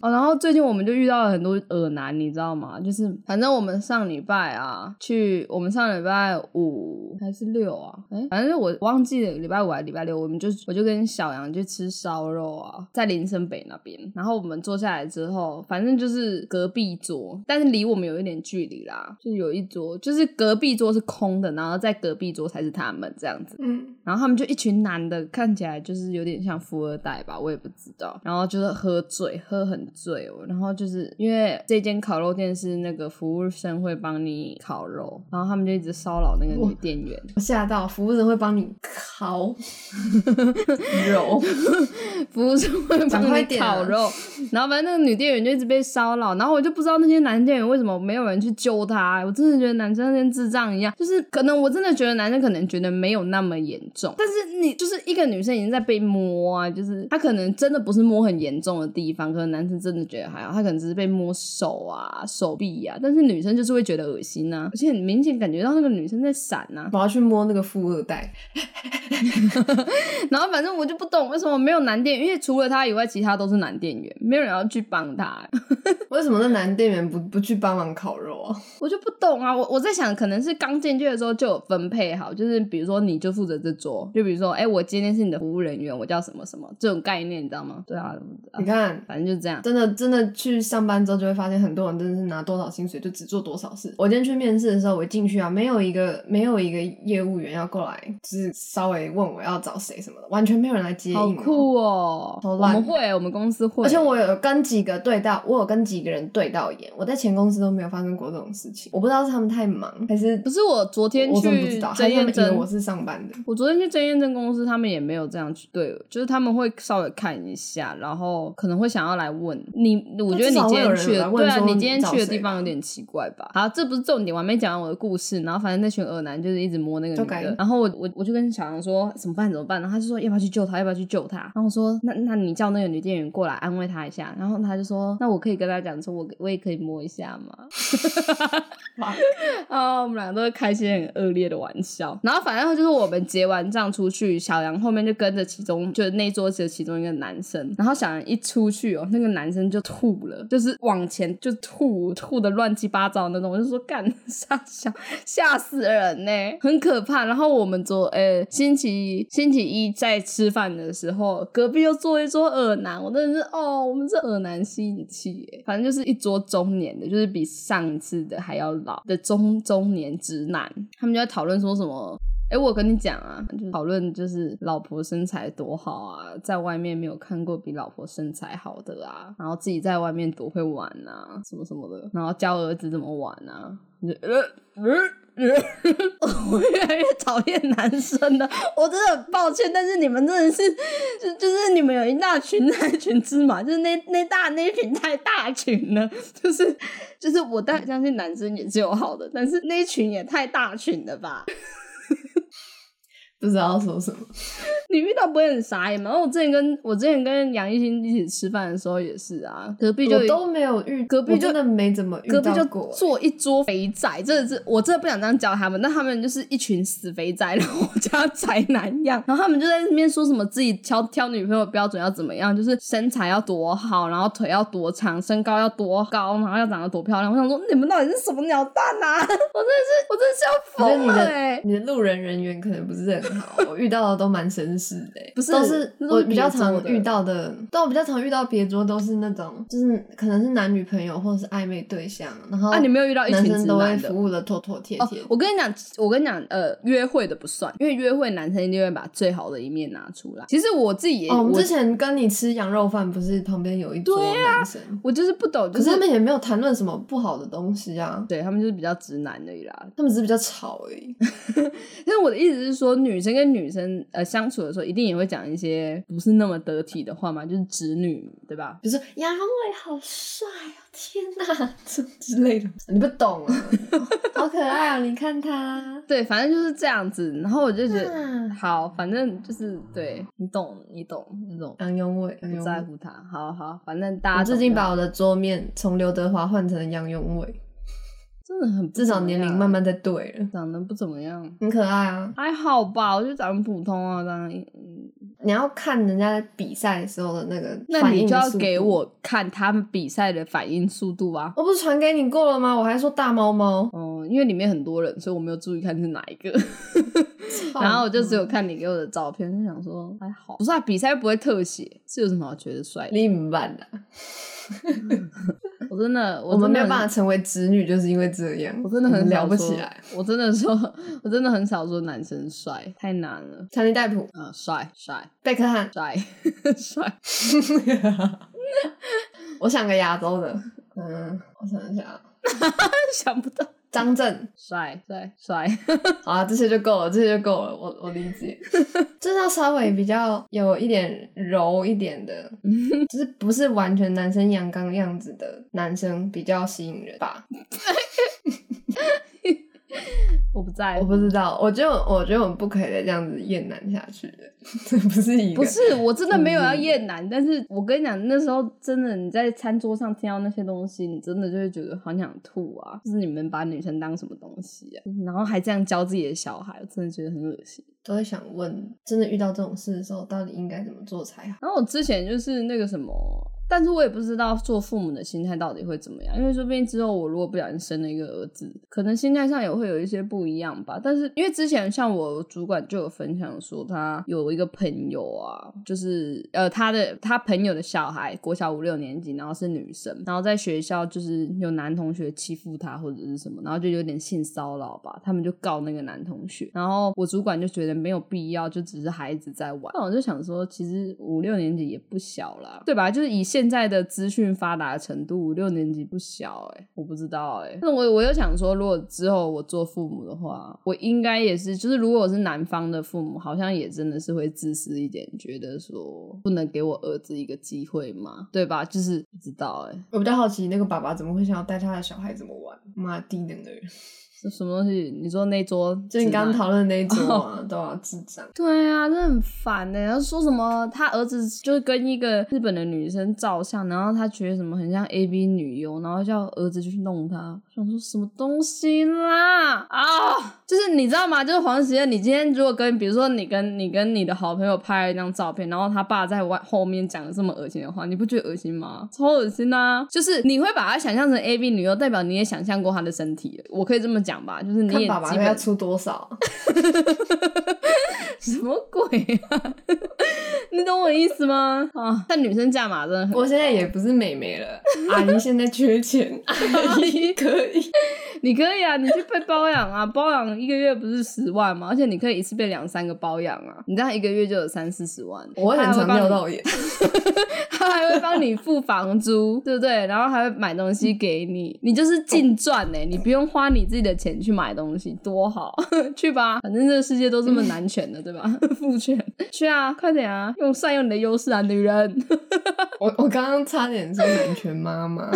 [SPEAKER 1] 哦，然后最近我们就遇到了很多耳男，你知道吗？就是反正我们上礼拜啊，去我们上礼拜五还是六啊，哎，反正我忘记了礼拜五还是礼拜六，我们就我就跟小杨去吃烧肉啊，在林森北那边。然后我们坐下来之后，反正就是隔壁桌，但是离我们有一点距离啦，就有一桌，就是隔壁桌是空的，然后在隔壁桌才是他们这样子。
[SPEAKER 2] 嗯，
[SPEAKER 1] 然后他们就一群男的，看起来就是有点像富二代吧，我也不知道。然后就是喝醉，喝很醉哦。然后就是因为这间烤肉店是那个服务生会帮你烤肉，然后他们就一直骚扰那个女店员。
[SPEAKER 2] 我吓到，服务生会帮你
[SPEAKER 1] [laughs]
[SPEAKER 2] 烤揉，
[SPEAKER 1] 服务生会
[SPEAKER 2] 讲
[SPEAKER 1] 帮
[SPEAKER 2] 快
[SPEAKER 1] 你
[SPEAKER 2] 点啊
[SPEAKER 1] 烤肉，然后反正那个女店员就一直被骚扰，然后我就不知道那些男店员为什么没有人去救他，我真的觉得男生跟智障一样，就是可能我真的觉得男生可能觉得没有那么严重，但是你就是一个女生已经在被摸啊，就是她可能真的不是摸很严重的地方，可能男生真的觉得还好，他可能只是被摸手啊、手臂啊，但是女生就是会觉得恶心啊，而且很明显感觉到那个女生在闪啊，
[SPEAKER 2] 我要去摸那个富二代。
[SPEAKER 1] 然后反正我就不懂为什么没有男店员，因为除了他以外，其他都是男店员，没有人要去帮他， [laughs]
[SPEAKER 2] 为什么那男店员不不去帮忙烤肉啊？
[SPEAKER 1] 我就不懂啊。我我在想，可能是刚进去的时候就有分配好，就是比如说你就负责这桌，就比如说，哎，我今天是你的服务人员，我叫什么什么这种概念，你知道吗？对啊，
[SPEAKER 2] 你看，
[SPEAKER 1] 反正就这样。
[SPEAKER 2] 真的真的去上班之后，就会发现很多人真的是拿多少薪水就只做多少事。我今天去面试的时候，我一进去啊，没有一个没有一个业务员要过来，就是稍微问我要找谁什么的，完全没有人来接应、
[SPEAKER 1] 好
[SPEAKER 2] 哦。
[SPEAKER 1] 酷哦！
[SPEAKER 2] 好
[SPEAKER 1] 我
[SPEAKER 2] 烂
[SPEAKER 1] 们会，我们公司会，
[SPEAKER 2] 而且我有跟几个对到，我有跟几个人对到眼，我在前公司都没有发生过这种事情。我不知道是他们太忙，还是
[SPEAKER 1] 可是我昨天
[SPEAKER 2] 我真的不
[SPEAKER 1] 去
[SPEAKER 2] 知道，还
[SPEAKER 1] 真
[SPEAKER 2] 是他
[SPEAKER 1] 验
[SPEAKER 2] 们以为
[SPEAKER 1] 证，
[SPEAKER 2] 我是上班的。
[SPEAKER 1] 我昨天去真验证公司，他们也没有这样去对我，就是他们会稍微看一下，然后可能会想要来问你。我觉得你今天去的，
[SPEAKER 2] 那至少会
[SPEAKER 1] 对
[SPEAKER 2] 有人来问
[SPEAKER 1] 啊，
[SPEAKER 2] 说
[SPEAKER 1] 你今天去
[SPEAKER 2] 你
[SPEAKER 1] 的
[SPEAKER 2] 找谁嗯
[SPEAKER 1] 地方有点奇怪吧？好，这不是重点，我还没讲完我的故事。然后反正那群恶男就是一直摸那个
[SPEAKER 2] 就
[SPEAKER 1] 女
[SPEAKER 2] 该
[SPEAKER 1] 的，然后我我我就跟小杨说，说怎么办怎么办，然后他就说要不要去救他，要不要去救他？然后我说那那你叫那个女店员过来安慰他一下，然后他就说那我可以跟他讲说我我也可以摸一下吗？
[SPEAKER 2] 哇
[SPEAKER 1] [laughs] 啊，我们俩都会开一些很恶劣的玩笑。然后反正就是我们结完账出去，小杨后面就跟着其中就是那桌子的其中一个男生。然后小杨一出去哦，那个男生就吐了，就是往前就吐，吐的乱七八糟那种。我就说干 [laughs] 傻笑，吓死人呢、很可怕。然后我们昨呃星期星期一在吃饭的时候，隔壁又坐一桌耳男，我真的是哦，我们是耳男吸引器耶，反正就是一桌中年的，就是比上一次的还要老的中中年直男，他们就在讨论说什么。哎、我跟你讲啊，就是讨论就是老婆身材多好啊，在外面没有看过比老婆身材好的啊，然后自己在外面多会玩啊，什么什么的，然后教儿子怎么玩啊，你就呃呃呃， [laughs] 我越来越讨厌男生了，我真的很抱歉，但是你们真的是， [laughs] 就就是你们有一大群那一群芝麻，就是那那大那一群太大群了，就是就是我当然相信男生也是有好的，但是那一群也太大群了吧。
[SPEAKER 2] 不知道说什么。
[SPEAKER 1] 你遇到不会很傻眼吗？我之前跟我之前跟杨一兴一起吃饭的时候也是啊，隔壁就
[SPEAKER 2] 我都没有遇，
[SPEAKER 1] 隔壁
[SPEAKER 2] 我
[SPEAKER 1] 就
[SPEAKER 2] 真的没怎么遇
[SPEAKER 1] 隔壁
[SPEAKER 2] 到
[SPEAKER 1] 就
[SPEAKER 2] 过。欸
[SPEAKER 1] 坐一桌肥仔，真的是我真的不想这样教他们，但他们就是一群死肥仔，然后我家宅男样，然后他们就在那边说什么自己挑挑女朋友标准要怎么样，就是身材要多好，然后腿要多长，身高要多高，然后要长得多漂亮。我想说你们到底是什么鸟蛋啊！ [laughs] 我真的是我
[SPEAKER 2] 我觉
[SPEAKER 1] 真的是要
[SPEAKER 2] 得
[SPEAKER 1] 疯
[SPEAKER 2] 你
[SPEAKER 1] 了
[SPEAKER 2] 的、
[SPEAKER 1] 哎、
[SPEAKER 2] 你的路人人缘可能不是很好，我遇到的都蛮绅士的、
[SPEAKER 1] [laughs]
[SPEAKER 2] 欸，
[SPEAKER 1] 不是
[SPEAKER 2] 都是
[SPEAKER 1] 那都
[SPEAKER 2] 我
[SPEAKER 1] 是
[SPEAKER 2] 比较
[SPEAKER 1] 别桌
[SPEAKER 2] 常
[SPEAKER 1] 的
[SPEAKER 2] 遇到的，但我比较常遇到别桌都是那种，就是可能是男女朋友或者是暧昧对象，然后
[SPEAKER 1] 啊，你没有遇到一
[SPEAKER 2] 哦男
[SPEAKER 1] 群直
[SPEAKER 2] 生都会
[SPEAKER 1] 男的。
[SPEAKER 2] 服务的妥妥帖
[SPEAKER 1] 哦
[SPEAKER 2] 帖，，
[SPEAKER 1] 我跟你讲，我跟你讲，呃，约会的不算，因为约会男生一定会把最好的一面拿出来。其实我自己也，
[SPEAKER 2] 哦，我们
[SPEAKER 1] 我
[SPEAKER 2] 之前跟你吃羊肉饭，不是旁边有一桌
[SPEAKER 1] 对
[SPEAKER 2] 男生，
[SPEAKER 1] 我就是不懂，就
[SPEAKER 2] 可是他们也没有谈论什么不好的东西啊，
[SPEAKER 1] 对他们就是比较直男的啦。
[SPEAKER 2] 他们只是比较吵而已。
[SPEAKER 1] 但是我的意思是说，女生跟女生呃相处的时候，一定也会讲一些不是那么得体的话嘛，就是直女，对吧？
[SPEAKER 2] 比如说杨伟好帅哦，天哪，这之类的，你不懂啊，好可爱哦，你看他，
[SPEAKER 1] 对，反正就是这样子。然后我就觉得，
[SPEAKER 2] 啊
[SPEAKER 1] 好，反正就是对你懂，你懂那种，
[SPEAKER 2] 杨永伟，杨
[SPEAKER 1] 不
[SPEAKER 2] 永
[SPEAKER 1] 在
[SPEAKER 2] 伟。
[SPEAKER 1] 乎他。好好，反正大家
[SPEAKER 2] 哎
[SPEAKER 1] 懂
[SPEAKER 2] 我最近
[SPEAKER 1] 的
[SPEAKER 2] 把我的桌面从刘德华换成杨永伟，
[SPEAKER 1] 真的很不
[SPEAKER 2] 至少
[SPEAKER 1] 怎么
[SPEAKER 2] 年龄
[SPEAKER 1] 样
[SPEAKER 2] 慢慢在对了，
[SPEAKER 1] 长得不怎么样。
[SPEAKER 2] 很可爱啊。
[SPEAKER 1] 还好吧，我就长得普通啊，当然。嗯
[SPEAKER 2] 你要看人家在比赛的时候的那个
[SPEAKER 1] 那
[SPEAKER 2] 反
[SPEAKER 1] 你
[SPEAKER 2] 应
[SPEAKER 1] 就
[SPEAKER 2] 的
[SPEAKER 1] 要
[SPEAKER 2] 速
[SPEAKER 1] 给
[SPEAKER 2] 度，
[SPEAKER 1] 我看他们比赛的反应速度啊。
[SPEAKER 2] 我不是传给你过了吗？我还说大猫猫，
[SPEAKER 1] 嗯，因为里面很多人，所以我没有注意看是哪一个。 [laughs] [laughs] 然后我就只
[SPEAKER 2] 嗯
[SPEAKER 1] 有看你给我的照片，就想说还好。不是啊，比赛不会特写，是有什么好觉得帅的？
[SPEAKER 2] 你明白的，
[SPEAKER 1] 我真的，我
[SPEAKER 2] 我们没有
[SPEAKER 1] 法。
[SPEAKER 2] 办法成为直女，就是因为这样，
[SPEAKER 1] 我真的很
[SPEAKER 2] 了
[SPEAKER 1] 少
[SPEAKER 2] 不
[SPEAKER 1] 说
[SPEAKER 2] 起来。，
[SPEAKER 1] 我真的说，我真的很少说男生帅，太难了。
[SPEAKER 2] 强尼戴普、
[SPEAKER 1] 嗯，帅帅
[SPEAKER 2] 贝克汉，
[SPEAKER 1] 帅 [laughs] 帅，
[SPEAKER 2] 我想个亚洲的，嗯，我想一下啊，
[SPEAKER 1] 想不到， [laughs]
[SPEAKER 2] 张震，
[SPEAKER 1] 帅帅帅，
[SPEAKER 2] 好啊，这些就够了，这些就够了，我我理解， [laughs] 就是要稍微比较有一点柔一点的， [laughs] 就是不是完全男生阳刚样子的男生比较吸引人吧？
[SPEAKER 1] 我不在
[SPEAKER 2] 我
[SPEAKER 1] 乎，
[SPEAKER 2] 不知道，我觉得我觉得我们不可以再这样子厌男下去的， [laughs] 这不是一个
[SPEAKER 1] 不
[SPEAKER 2] [laughs]
[SPEAKER 1] 是，我真的没有要
[SPEAKER 2] 嗯
[SPEAKER 1] 厌男，但是我跟你讲，那时候真的你在餐桌上听到那些东西，你真的就会觉得好想吐啊！就是你们把女生当什么东西啊？然后还这样教自己的小孩，我真的觉得很恶心。
[SPEAKER 2] 都会想问，真的遇到这种事的时候，到底应该怎么做才好？
[SPEAKER 1] 然后我之前就是那个什么，但是我也不知道做父母的心态到底会怎么样，因为说不定之后我如果不小心生了一个儿子，可能心态上也会有一些不一样吧。但是因为之前像我主管就有分享说，他有一个朋友啊，就是呃他的他朋友的小孩国小五六年级，然后是女生，然后在学校就是有男同学欺负她或者是什么，然后就有点性骚扰吧，他们就告那个男同学，然后我主管就觉得没有必要，就只是孩子在玩。那我就想说，其实五六年级也不小啦，对吧？就是以现在的资讯发达的程度，五六年级不小哎、我不知道哎、那我我又想说，如果之后我做父母的话，我应该也是，就是如果我是男方的父母，好像也真的是会自私一点，觉得说不能给我儿子一个机会嘛，对吧？就是不知道哎、
[SPEAKER 2] 我比较好奇，那个爸爸怎么会想要带他的小孩怎么玩？妈，低能的人！
[SPEAKER 1] 是什么东西？你说那桌指南，
[SPEAKER 2] 就你刚刚讨论的那一桌
[SPEAKER 1] 哦
[SPEAKER 2] 啊，对啊，智障。
[SPEAKER 1] 对啊，那很烦呢、然后说什么他儿子就是跟一个日本的女生照相，然后他觉得什么很像 A B 女优，然后叫儿子去弄她。我想说什么东西啦啊！就是你知道吗？就是黄喜燕，你今天如果跟比如说你跟你跟你的好朋友拍了一张照片，然后他爸在外后面讲了这么恶心的话，你不觉得恶心吗？超恶心呐、就是你会把她想象成 A B 女优，代表你也想象过她的身体了。我可以这么讲吧， [laughs] 就是你
[SPEAKER 2] 看
[SPEAKER 1] 也
[SPEAKER 2] 爸爸
[SPEAKER 1] 基
[SPEAKER 2] 他要
[SPEAKER 1] 本
[SPEAKER 2] 出多少？啊
[SPEAKER 1] 什么鬼 [laughs] 啊！你懂我意思吗？啊，但女生价码真的很，
[SPEAKER 2] [laughs] 我现在也不是美
[SPEAKER 1] [laughs]
[SPEAKER 2] 眉了，阿姨现在缺钱，阿姨可以。
[SPEAKER 1] 你可以啊，你去被包养啊， [laughs] 包养一个月不是十万吗？而且你可以一次被两三个包养啊，你这样一个月就有三四十万。
[SPEAKER 2] 我很
[SPEAKER 1] 他还会
[SPEAKER 2] 常
[SPEAKER 1] 帮
[SPEAKER 2] 尿
[SPEAKER 1] 你，[laughs]
[SPEAKER 2] 道炎，
[SPEAKER 1] 他还会帮你 [laughs] 付房租， [laughs] 对不对？然后还会买东西给你，你就是净赚呢、你不用花你自己的钱去买东西，多好， [laughs] 去吧，反正这个世界都这么难选的，对吧？ [laughs] 父权，去啊，快点啊，用善用你的优势啊，女人。 [laughs]
[SPEAKER 2] 我我刚刚差点说男权
[SPEAKER 1] [laughs]
[SPEAKER 2] 妈妈。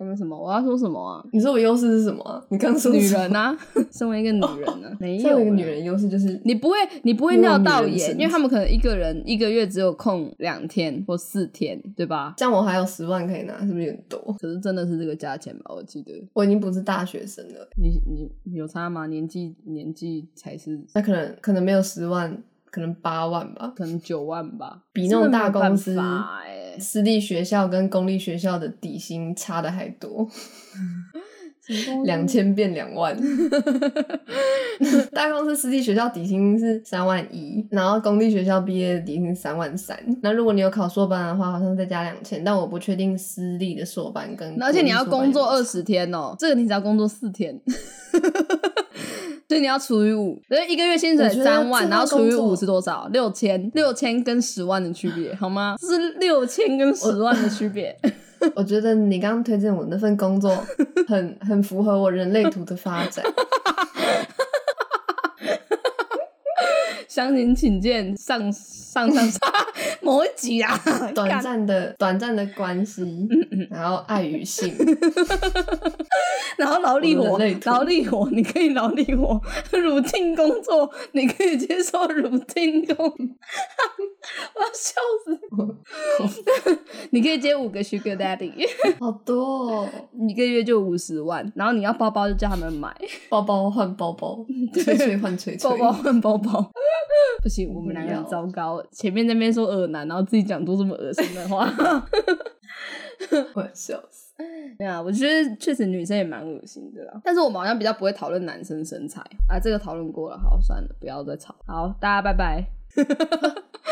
[SPEAKER 1] 我们什么？我要说什么啊？
[SPEAKER 2] 你说我优势是什么啊？你刚说
[SPEAKER 1] 女
[SPEAKER 2] 什么
[SPEAKER 1] 人
[SPEAKER 2] [laughs]
[SPEAKER 1] 啊，身为一个女
[SPEAKER 2] 哦
[SPEAKER 1] 人呢、啊，没
[SPEAKER 2] 身
[SPEAKER 1] 有
[SPEAKER 2] 为一个
[SPEAKER 1] 啊
[SPEAKER 2] 女，人优势就是
[SPEAKER 1] 你不会，你不会
[SPEAKER 2] 没有
[SPEAKER 1] 尿道
[SPEAKER 2] 女人
[SPEAKER 1] 炎，
[SPEAKER 2] 身
[SPEAKER 1] 因为他们可能一个人一个月只有空两天或四天，对吧？
[SPEAKER 2] 像我还有十万可以拿，是不是有点多？
[SPEAKER 1] 可是真的是这个价钱吧？我记得
[SPEAKER 2] 我已经不是大学生了，
[SPEAKER 1] 你你你有差吗？年纪年纪才是
[SPEAKER 2] 那可能可能没有十万，可能八万吧。
[SPEAKER 1] 可能九万吧，
[SPEAKER 2] 比那种大公司
[SPEAKER 1] 真的没有办法哎、
[SPEAKER 2] 私立学校跟公立学校的底薪差的还多，两千变两万。大公司私立学校底薪是三万一，然后公立学校毕业的底薪三万三。那如果你有考硕班的话，好像再加两千，但我不确定私立的硕班跟
[SPEAKER 1] 而且你要工作
[SPEAKER 2] 国
[SPEAKER 1] 二
[SPEAKER 2] 立硕班有没有差
[SPEAKER 1] 十天哦，这个你只要工作四天，所以你要除以五，所以一个月薪水
[SPEAKER 2] 我觉得
[SPEAKER 1] 三万，
[SPEAKER 2] 这份
[SPEAKER 1] 然后除以
[SPEAKER 2] 工作
[SPEAKER 1] 五是多少？六千，六千跟十万的区别好吗？这是六千跟十万的区
[SPEAKER 2] [laughs]
[SPEAKER 1] 别。
[SPEAKER 2] 我觉得你刚刚推荐我那份
[SPEAKER 1] [laughs]
[SPEAKER 2] 工作很很符合我人类图的发展。
[SPEAKER 1] 详情请见上上上上某一集 [laughs] 啊，
[SPEAKER 2] 短暂的短暂的关系，
[SPEAKER 1] 嗯
[SPEAKER 2] 然后爱
[SPEAKER 1] [laughs]
[SPEAKER 2] 与性，
[SPEAKER 1] 然后劳力
[SPEAKER 2] 我
[SPEAKER 1] 活
[SPEAKER 2] 们人类，图
[SPEAKER 1] 劳力活，你可以劳力活，乳定工作，你可以接受乳定工，我要笑
[SPEAKER 2] [laughs]
[SPEAKER 1] 死！你可以接五个 Sugar Daddy， [laughs]
[SPEAKER 2] 好多哦，
[SPEAKER 1] 一个月就五十万，然后你要包包就叫他们买，
[SPEAKER 2] 包包换
[SPEAKER 1] [laughs]
[SPEAKER 2] 包包，吹吹换吹吹，
[SPEAKER 1] 包包换包包。 [laughs] 不行，我们两个
[SPEAKER 2] 不
[SPEAKER 1] 很
[SPEAKER 2] 要
[SPEAKER 1] 糟糕，前面那边说恶男，然后自己讲出这么恶心的话。 [laughs]
[SPEAKER 2] 我要笑死。
[SPEAKER 1] 对啊，我觉得确实女生也蛮恶心的啦，但是我们好像比较不会讨论男生身材啊，这个讨论过了，好，算了，不要再吵，好，大家拜拜。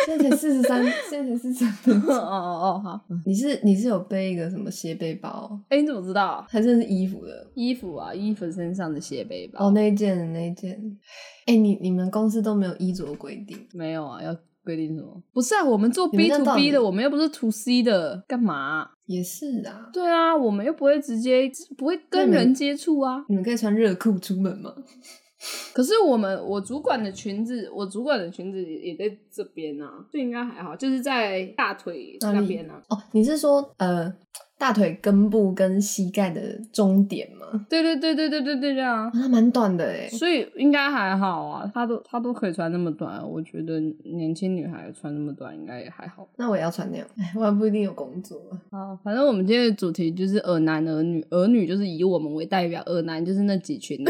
[SPEAKER 2] 现在才四十三，现在才四十三。
[SPEAKER 1] 哦哦哦，好。
[SPEAKER 2] 你是你是有背一个什么斜背包，
[SPEAKER 1] 哎、你怎么知道？
[SPEAKER 2] 还是是衣服的？
[SPEAKER 1] 衣服啊，衣服身上的斜背包。
[SPEAKER 2] 哦，那一件那一件。哎、你你们公司都没有衣着规定，
[SPEAKER 1] 没有啊，要规定什么？不是啊，我们做
[SPEAKER 2] 你们
[SPEAKER 1] B
[SPEAKER 2] 这样
[SPEAKER 1] to
[SPEAKER 2] 到
[SPEAKER 1] B
[SPEAKER 2] 底
[SPEAKER 1] 的，我们又不是 to C 的，干嘛啊、
[SPEAKER 2] 也是啊。
[SPEAKER 1] 对啊，我们又不会直接不会跟
[SPEAKER 2] 那你
[SPEAKER 1] 人接触啊。
[SPEAKER 2] 你们可以穿热裤出门吗？
[SPEAKER 1] 可是我们我主管的裙子，我主管的裙子也也在这边啊，就应该还好，就是在大腿
[SPEAKER 2] 哪里
[SPEAKER 1] 那边啊。
[SPEAKER 2] 哦，你是说呃大腿根部跟膝盖的中点吗？
[SPEAKER 1] 对对对对对对对对啊
[SPEAKER 2] 啊，！它蛮短的哎。
[SPEAKER 1] 所以应该还好啊，她都她都可以穿那么短，我觉得年轻女孩穿那么短应该也还好。
[SPEAKER 2] 那我也要穿那样，哎，我还不一定有工作啊。
[SPEAKER 1] 好，反正我们今天的主题就是耳男耳女，耳女就是以我们为代表，耳男就是那几群。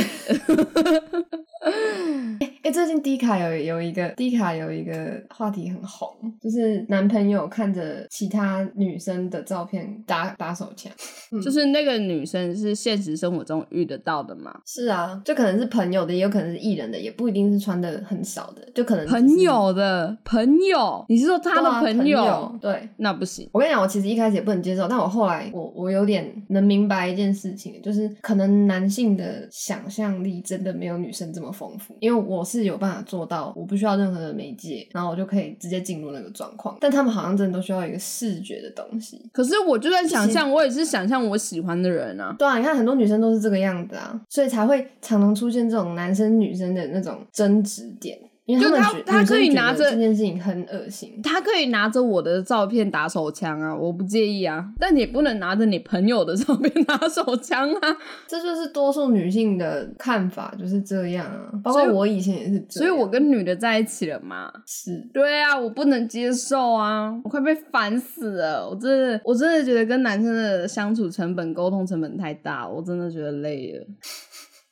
[SPEAKER 2] 哎、最近 D 卡有有一个 D 卡有一个话题很红，就是男朋友看着其他女生的照片打打手 [laughs] 枪。
[SPEAKER 1] [laughs] 就是那个女生是现实生活中遇得到的嘛？
[SPEAKER 2] 是啊，就可能是朋友的，也有可能是艺人的，也不一定是穿的很少的，就可能只是
[SPEAKER 1] 朋友的朋友，你是说
[SPEAKER 2] 对
[SPEAKER 1] 他
[SPEAKER 2] 啊
[SPEAKER 1] 的
[SPEAKER 2] 朋
[SPEAKER 1] 友？
[SPEAKER 2] 对。
[SPEAKER 1] 那不行，
[SPEAKER 2] 我跟你讲，我其实一开始也不能接受，但我后来我我有点能明白一件事情，就是可能男性的想象力真的没有女生这么丰富，因为我是有办法做到，我不需要任何的媒介，然后我就可以直接进入那个状况，但他们好像真的都需要一个视觉的东西。
[SPEAKER 1] 可是我就算想象，我也是想象我喜欢的人啊。
[SPEAKER 2] 对啊，你看很多女生都是这个样子啊，所以才会常常出现这种男生女生的那种争执点。因为
[SPEAKER 1] 就
[SPEAKER 2] 们
[SPEAKER 1] 他
[SPEAKER 2] 觉
[SPEAKER 1] 他
[SPEAKER 2] 女生
[SPEAKER 1] 可以
[SPEAKER 2] 觉
[SPEAKER 1] 拿
[SPEAKER 2] 得
[SPEAKER 1] 着
[SPEAKER 2] 这件事情很恶心，
[SPEAKER 1] 他可以拿着我的照片打手枪啊，我不介意啊，但你不能拿着你朋友的照片 [laughs] 打手枪啊。
[SPEAKER 2] 这就是多数女性的看法就是这样啊，包括
[SPEAKER 1] 所以
[SPEAKER 2] 我以前也是这
[SPEAKER 1] 所以
[SPEAKER 2] 样，
[SPEAKER 1] 我跟女的在一起了嘛，
[SPEAKER 2] 是
[SPEAKER 1] 对啊，我不能接受啊！我快被烦死了，我真的，我真的觉得跟男生的相处成本、沟通成本太大，我真的觉得累了。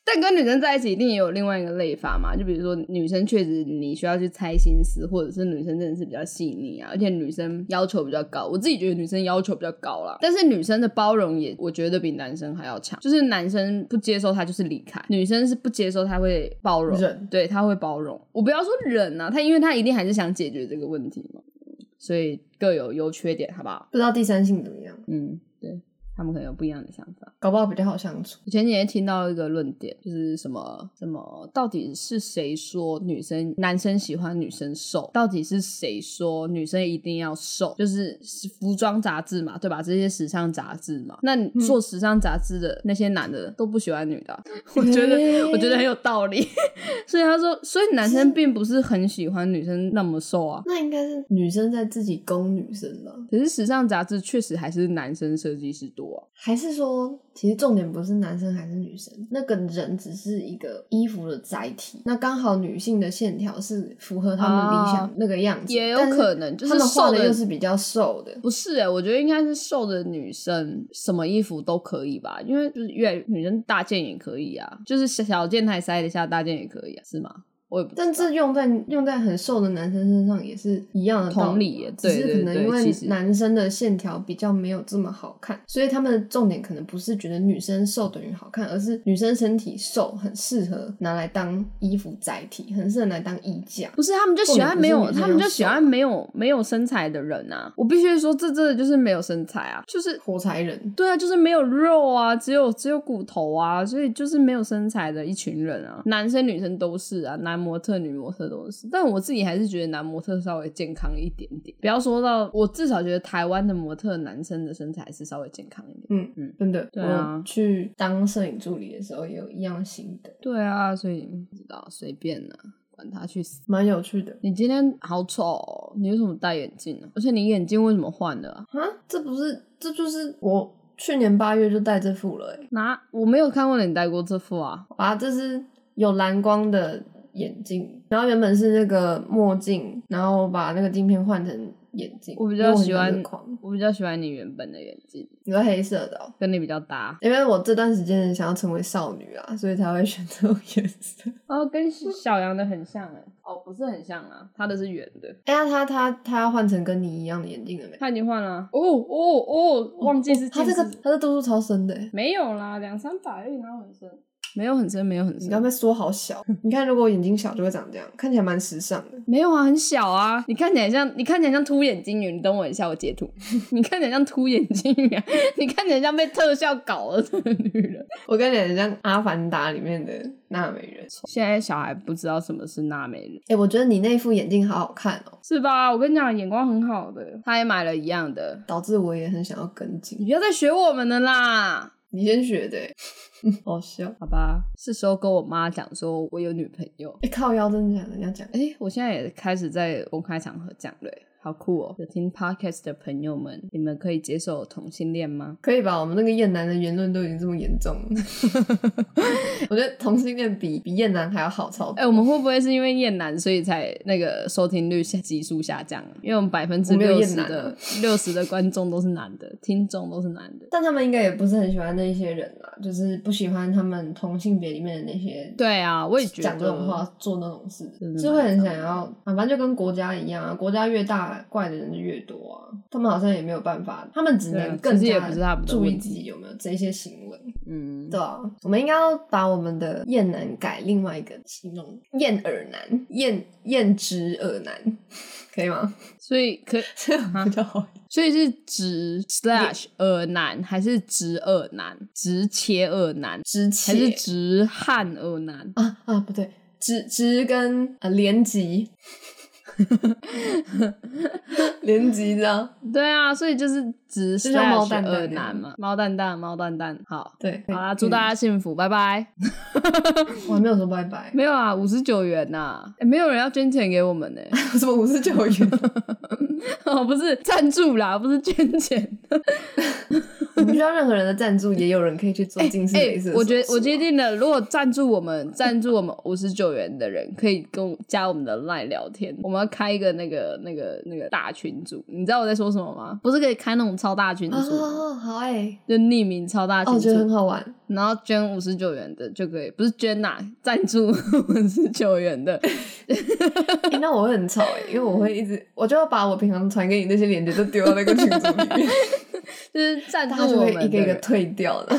[SPEAKER 1] 但跟女生在一起一定也有另外一个累法嘛，就比如说女生确实你需要去猜心思，或者是女生真的是比较细腻啊，而且女生要求比较高，我自己觉得女生要求比较高啦，但是女生的包容也我觉得比男生还要强，就是男生不接受他就是离开，女生是不接受他会包容，
[SPEAKER 2] 忍
[SPEAKER 1] 对他会包容。我不要说忍啊，他因为他一定还是想解决这个问题嘛，所以各有优缺点，好不好？
[SPEAKER 2] 不知道第三性怎么样，
[SPEAKER 1] 嗯，对他们可能有不一样的想法。
[SPEAKER 2] 搞不好比较好相处。
[SPEAKER 1] 我前几天听到一个论点，就是什么什么，到底是谁说女生男生喜欢女生瘦？到底是谁说女生一定要瘦？就是服装杂志嘛，对吧？这些时尚杂志嘛，那
[SPEAKER 2] 嗯
[SPEAKER 1] 你做时尚杂志的那些男的都不喜欢女的啊、 [laughs] 我觉得我觉得很有道理。 [laughs] 所以他说，所以男生并不是很喜欢女生那么瘦啊。
[SPEAKER 2] 那应该是女生在自己攻女生吧？
[SPEAKER 1] 可是时尚杂志确实还是男生设计师多啊。
[SPEAKER 2] 还是说，其实重点不是男生还是女生，那个人只是一个衣服的载体。那刚好女性的线条是符合她们理
[SPEAKER 1] 哦
[SPEAKER 2] 想那个样子，
[SPEAKER 1] 也有
[SPEAKER 2] 但是
[SPEAKER 1] 可能就是
[SPEAKER 2] 她们画
[SPEAKER 1] 瘦的
[SPEAKER 2] 的又是比较瘦的。
[SPEAKER 1] 不是、欸，我觉得应该是瘦的女生什么衣服都可以吧，因为就是越女生大件也可以啊，就是小小件还塞得下，大件也可以啊，是吗？我也不知道
[SPEAKER 2] 但这用在用在很瘦的男生身上也是一样的道啊
[SPEAKER 1] 同理耶
[SPEAKER 2] 只
[SPEAKER 1] 对
[SPEAKER 2] 是可
[SPEAKER 1] 对
[SPEAKER 2] 能
[SPEAKER 1] 对
[SPEAKER 2] 因
[SPEAKER 1] 其
[SPEAKER 2] 为
[SPEAKER 1] 实
[SPEAKER 2] 男生的线条比较没有这么好看，所以他们的重点可能不是觉得女生瘦等于好看，而是女生身体瘦很适合拿来当衣服载体，很适合拿来当衣架。
[SPEAKER 1] 不是，他们就喜欢没有，
[SPEAKER 2] 重点不是女生
[SPEAKER 1] 他们就
[SPEAKER 2] 要
[SPEAKER 1] 喜
[SPEAKER 2] 瘦
[SPEAKER 1] 欢没有没有身材的人啊！我必须说，这真的就是没有身材啊，就是
[SPEAKER 2] 火柴人，
[SPEAKER 1] 对啊，就是没有肉啊，只有只有骨头啊，所以就是没有身材的一群人啊，男生女生都是啊，男模特、女模特都是。但我自己还是觉得男模特稍微健康一点点，不要说到我至少觉得台湾的模特男生的身材是稍微健康一点。
[SPEAKER 2] 嗯
[SPEAKER 1] 嗯
[SPEAKER 2] 嗯，真的，
[SPEAKER 1] 对啊
[SPEAKER 2] 我去当摄影助理的时候也有一样心得，
[SPEAKER 1] 对啊，所以不知道随便啦、管他去死。
[SPEAKER 2] 蛮有趣的。
[SPEAKER 1] 你今天好丑哦、你为什么戴眼镜呢、啊而且你眼镜为什么换了、啊？
[SPEAKER 2] 啊，这不是，这就是我去年八月就戴这副了、欸，
[SPEAKER 1] 拿我没有看过你戴过这副啊，
[SPEAKER 2] 啊，这是有蓝光的眼镜，然后原本是那个墨镜，然后我把那个镜片换成眼镜。
[SPEAKER 1] 我比
[SPEAKER 2] 因为
[SPEAKER 1] 较
[SPEAKER 2] 很
[SPEAKER 1] 喜
[SPEAKER 2] 这
[SPEAKER 1] 欢
[SPEAKER 2] 个框，
[SPEAKER 1] 我比较喜欢你原本的眼镜，
[SPEAKER 2] 你说黑色的、哦，
[SPEAKER 1] 跟你比较搭。
[SPEAKER 2] 因为我这段时间想要成为少女啊，所以才会选这种颜色。
[SPEAKER 1] 哦，跟小羊的很像哎、哦，不是很像啊，他的是圆的，
[SPEAKER 2] 哎呀，他他他要换成跟你一样的眼镜了没？
[SPEAKER 1] 他已经换了啊。哦哦哦，忘记是
[SPEAKER 2] 他
[SPEAKER 1] 近
[SPEAKER 2] 这
[SPEAKER 1] 视、
[SPEAKER 2] 个他这度数超深的欸，
[SPEAKER 1] 没有啦，两三百而已，哪有很深？没有很深，没有很
[SPEAKER 2] 你刚
[SPEAKER 1] 深，
[SPEAKER 2] 被说好小。
[SPEAKER 1] [laughs]
[SPEAKER 2] 你看，如果我眼睛小就会长这样，看起来蛮时尚的。
[SPEAKER 1] 没有啊，很小啊。你看起来像，你看起来像凸眼睛鱼。你等我一下，我截图。 [laughs] 你看起来像凸眼睛鱼、啊，你看起来像被特效搞了的女人。
[SPEAKER 2] 我跟你很像《阿凡达》里面的纳美人。
[SPEAKER 1] 现在小孩不知道什么是娜美人，
[SPEAKER 2] 哎、我觉得你那副眼镜好好看哦，
[SPEAKER 1] 是吧？我跟你讲，眼光很好的，他也买了一样的。
[SPEAKER 2] 导致我也很想要跟进
[SPEAKER 1] 你。不要再学我们的啦。
[SPEAKER 2] 你先学的欸、 [laughs] 好笑。
[SPEAKER 1] 好吧，是时候跟我妈讲说我有女朋友。
[SPEAKER 2] 哎、靠腰真的假的？你要讲，
[SPEAKER 1] 哎、我现在也开始在公开场合讲了欸、好酷哦！有听 podcast 的朋友们，你们可以接受同性恋吗？
[SPEAKER 2] 可以吧？我们那个厌男的言论都已经这么严重了， [laughs] 我觉得同性恋比比厌男还要好超
[SPEAKER 1] 哎、
[SPEAKER 2] 多。
[SPEAKER 1] 我们会不会是因为厌男，所以才那个收听率下级数下降啊？因为我们百分之
[SPEAKER 2] 我没有
[SPEAKER 1] 六十
[SPEAKER 2] 厌男
[SPEAKER 1] 的
[SPEAKER 2] 啊
[SPEAKER 1] 六十的观众都是男的，听众都是男的。
[SPEAKER 2] 但他们应该也不是很喜欢那一些人啦，就是不喜欢他们同性别里面的那些，
[SPEAKER 1] 对啊，我也觉得
[SPEAKER 2] 讲这种话、做那种事
[SPEAKER 1] 真的，
[SPEAKER 2] 就会
[SPEAKER 1] 蛮
[SPEAKER 2] 很
[SPEAKER 1] 糟
[SPEAKER 2] 想要。啊，反正就跟国家一样啊，国家越大，怪的人就越多啊。他们好像也没有办法，他们只
[SPEAKER 1] 对啊
[SPEAKER 2] 能
[SPEAKER 1] 其
[SPEAKER 2] 更
[SPEAKER 1] 实也
[SPEAKER 2] 加
[SPEAKER 1] 不是他们的
[SPEAKER 2] 注意
[SPEAKER 1] 问
[SPEAKER 2] 自己有没有这些行为。
[SPEAKER 1] 嗯，
[SPEAKER 2] 对啊，我们应该要把我们的厌男改另外一个形容，厌耳男、厌厌直耳男， [laughs] 可以
[SPEAKER 1] [laughs]
[SPEAKER 2] 吗？
[SPEAKER 1] 所以可
[SPEAKER 2] 这样比较好。
[SPEAKER 1] 所以是直 slash 耳男，还是直耳男，直切耳男？
[SPEAKER 2] 直
[SPEAKER 1] 还是
[SPEAKER 2] 切
[SPEAKER 1] 直汉恶男？
[SPEAKER 2] 啊啊，不对，直直跟呃连级， [laughs] 连级这样，
[SPEAKER 1] 对啊，所以就是直
[SPEAKER 2] 就像猫
[SPEAKER 1] slash
[SPEAKER 2] 蛋
[SPEAKER 1] 二
[SPEAKER 2] 蛋那样
[SPEAKER 1] 男嘛，猫蛋蛋，猫蛋蛋，好。
[SPEAKER 2] 对，
[SPEAKER 1] 好啦，祝大
[SPEAKER 2] 家，
[SPEAKER 1] 家幸福，拜拜。
[SPEAKER 2] 我还没有说
[SPEAKER 1] [laughs]
[SPEAKER 2] 拜拜，
[SPEAKER 1] 没有啊，五十九元呐、 [laughs] 诶没有人要捐钱给我们 [laughs] 呢、
[SPEAKER 2] 什么五十九元，
[SPEAKER 1] 哦，不是赞助啦，不是捐钱。
[SPEAKER 2] 我们不需要任何人的赞助，也有人可以去做近视雷射手术啊。
[SPEAKER 1] 哎我觉得我决定了，如果赞助我们赞助我们五十九元的人，可以跟我加我们的 LINE 聊天。我们要开一个那个那个那个大群组，你知道我在说什么吗？不是可以开那种超大群组吗，
[SPEAKER 2] 哦，好哎，
[SPEAKER 1] 就匿名超大
[SPEAKER 2] 哦，
[SPEAKER 1] 群
[SPEAKER 2] 我觉得很
[SPEAKER 1] 组，
[SPEAKER 2] 好玩，
[SPEAKER 1] 然后捐五十九元的就可以，不是捐呐、 [laughs] 赞助五十九元的，
[SPEAKER 2] [laughs] 诶那我会很吵哎，因为我会一直，我就要把我平常传给你那些链接都丢到那个群组里
[SPEAKER 1] [laughs]
[SPEAKER 2] 面，
[SPEAKER 1] 就是赞
[SPEAKER 2] 大
[SPEAKER 1] 助
[SPEAKER 2] 家就
[SPEAKER 1] 我
[SPEAKER 2] 会
[SPEAKER 1] 们
[SPEAKER 2] 一个
[SPEAKER 1] 的
[SPEAKER 2] 一个
[SPEAKER 1] 人
[SPEAKER 2] 退掉了。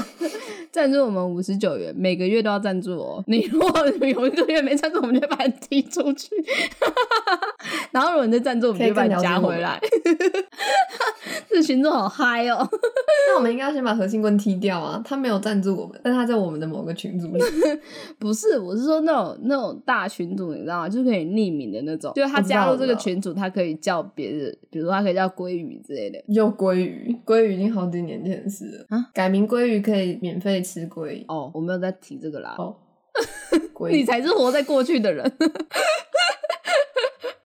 [SPEAKER 1] 赞助我们五十九元，每个月都要赞助哦。你如果有一个月没赞助，我们就把你踢出去。 [laughs] 然后如果你再赞助，我们就把你加回来。 [laughs] 这群众好嗨哦！
[SPEAKER 2] 那我们应该要先把核心棍踢掉啊！他没有赞助我们，但他在我们的某个群组里。
[SPEAKER 1] 不是，我是说那种那种大群组，你知道吗？就是可以匿名的那种，就是他加入这个群组，他可以叫别人，比如说他可以叫鲑鱼之类的。
[SPEAKER 2] [laughs] 又鲑鱼，鲑鱼已经好几年前的事了。
[SPEAKER 1] 啊
[SPEAKER 2] 改名鲑鱼可以免费吃鲑鱼，
[SPEAKER 1] 哦，我没有在提这个啦。 [laughs]
[SPEAKER 2] 哦鲑
[SPEAKER 1] 你
[SPEAKER 2] 鱼。
[SPEAKER 1] 才是活在过去的人。 [laughs]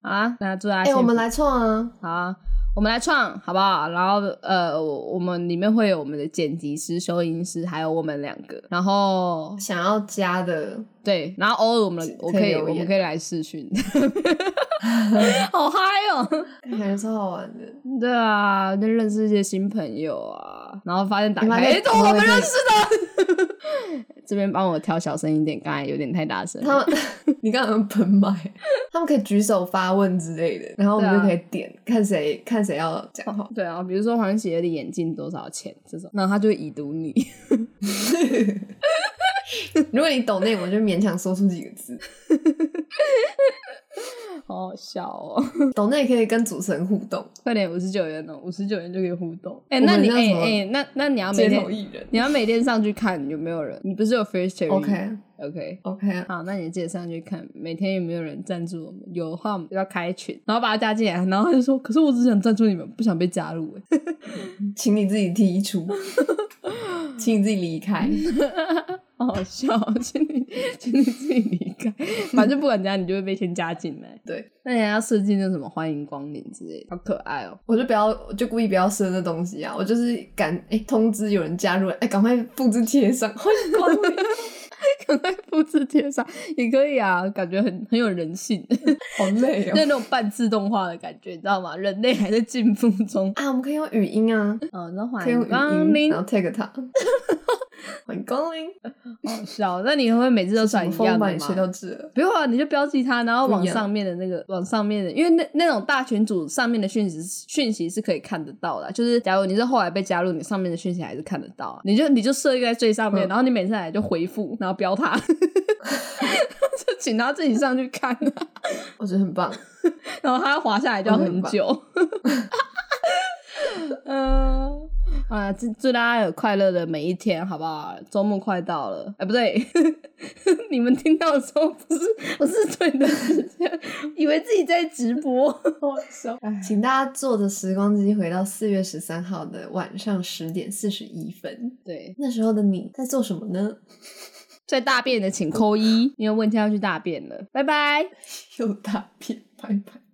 [SPEAKER 1] 好啊，那祝大家
[SPEAKER 2] 哎、
[SPEAKER 1] 幸福。
[SPEAKER 2] 我们来创啊！
[SPEAKER 1] 好啊，我们来创好不好？然后呃，我我们里面会有我们的剪辑师、收音师，还有我们两个。然后
[SPEAKER 2] 想要加的，
[SPEAKER 1] 对，然后偶尔我们我
[SPEAKER 2] 可以
[SPEAKER 1] 可以
[SPEAKER 2] 留
[SPEAKER 1] 我
[SPEAKER 2] 言
[SPEAKER 1] 们可以来试训， [laughs] 好嗨哦！
[SPEAKER 2] 感觉超好玩的。
[SPEAKER 1] 对啊，就认识一些新朋友啊，然后发现打
[SPEAKER 2] 你
[SPEAKER 1] 开
[SPEAKER 2] 发
[SPEAKER 1] 哎，
[SPEAKER 2] 现
[SPEAKER 1] 都
[SPEAKER 2] 他
[SPEAKER 1] 我
[SPEAKER 2] 们
[SPEAKER 1] 们
[SPEAKER 2] 会
[SPEAKER 1] 认识的。 [laughs] 这边帮我调小声一点，刚才有点太大声了。[laughs]
[SPEAKER 2] 他们，你刚刚喷麦，他们可以举手发问之类的，然后我们
[SPEAKER 1] 对啊
[SPEAKER 2] 就可以点、看谁看谁要讲话。
[SPEAKER 1] 对啊，比如说黄喜的眼镜多少钱这种，然后他就会已读你。
[SPEAKER 2] 如果你懂那，我就勉强说出几个字。
[SPEAKER 1] 好好笑哦！
[SPEAKER 2] 懂那可以跟主持人互动，
[SPEAKER 1] 快点，五十九元哦，五十九元就可以互动。哎、
[SPEAKER 2] 我
[SPEAKER 1] 那
[SPEAKER 2] 们
[SPEAKER 1] 你
[SPEAKER 2] 叫
[SPEAKER 1] 哎
[SPEAKER 2] 什
[SPEAKER 1] 哎、
[SPEAKER 2] 么
[SPEAKER 1] 那那你要每
[SPEAKER 2] 街头
[SPEAKER 1] 天
[SPEAKER 2] 艺人。
[SPEAKER 1] 你要每天上去看有没有人？你不是有 first theory
[SPEAKER 2] OK
[SPEAKER 1] OK。
[SPEAKER 2] 嗯 OK 啊，
[SPEAKER 1] 好，那你记得上去看，每天有没有人赞助我们？有的话，我们就要开群，然后把他加进来。然后他就说：“可是我只想赞助你们，不想被加入。欸
[SPEAKER 2] 请你自己踢
[SPEAKER 1] [laughs]
[SPEAKER 2] 出，请你自己离开。”
[SPEAKER 1] 好好笑哦， [laughs] 请你，请你自己离开。反正不管怎样，你就会被先加进来。
[SPEAKER 2] 对，
[SPEAKER 1] 那你还要设计那什么欢迎光临之类的，好可爱哦。
[SPEAKER 2] 我就不要，我就故意不要设那东西啊！我就是赶哎、通知有人加入，哎、赶快复制贴上， [laughs] 欢迎光临。
[SPEAKER 1] [laughs] 赶快复制贴上也可以啊，感觉很很有人性。
[SPEAKER 2] 好累
[SPEAKER 1] 就
[SPEAKER 2] 哦。
[SPEAKER 1] [laughs] 那种半自动化的感觉，你知道吗？人类还在进步
[SPEAKER 2] [laughs]
[SPEAKER 1] 中。
[SPEAKER 2] 啊，我们可以用语音啊，
[SPEAKER 1] 嗯，那欢
[SPEAKER 2] 可以嗯用
[SPEAKER 1] 迎
[SPEAKER 2] 语
[SPEAKER 1] 光
[SPEAKER 2] 音，
[SPEAKER 1] 临
[SPEAKER 2] 然，后 tag 他， [laughs] 欢迎光临。嗯
[SPEAKER 1] 好笑。那你会不会每次都
[SPEAKER 2] 什
[SPEAKER 1] 转
[SPEAKER 2] 么
[SPEAKER 1] 一
[SPEAKER 2] 风
[SPEAKER 1] 样
[SPEAKER 2] 把
[SPEAKER 1] 的
[SPEAKER 2] 你吹
[SPEAKER 1] 吗？
[SPEAKER 2] 到这了？
[SPEAKER 1] 不用啊，你就标记它，然后
[SPEAKER 2] 不一
[SPEAKER 1] 往
[SPEAKER 2] 样
[SPEAKER 1] 上面的那个，往上面的，因为那那种大群组上面的讯息讯息是可以看得到的啊。就是假如你是后来被加入，你上面的讯息还是看得到啊。你就你就设一个在最上面，
[SPEAKER 2] 嗯
[SPEAKER 1] 然后你每次来就回复，然后标它， [laughs] 就请他自己上去看啊、
[SPEAKER 2] 我觉得很棒。
[SPEAKER 1] 然后它滑下来就要很久。 [laughs] 嗯，啊，祝祝大家有快乐的每一天，好不好？周末快到了，哎、不对， [laughs] 你们听到的时候不是不是对的时间，以为自己在直播，好笑。
[SPEAKER 2] 请大家坐着时光机回到四月十三号的晚上十点四十一分，
[SPEAKER 1] 对，
[SPEAKER 2] 那时候的你在做什么呢？ [laughs]
[SPEAKER 1] 在大便的请扣一，因为问天要去大便了，拜拜。
[SPEAKER 2] 又大便，拜拜。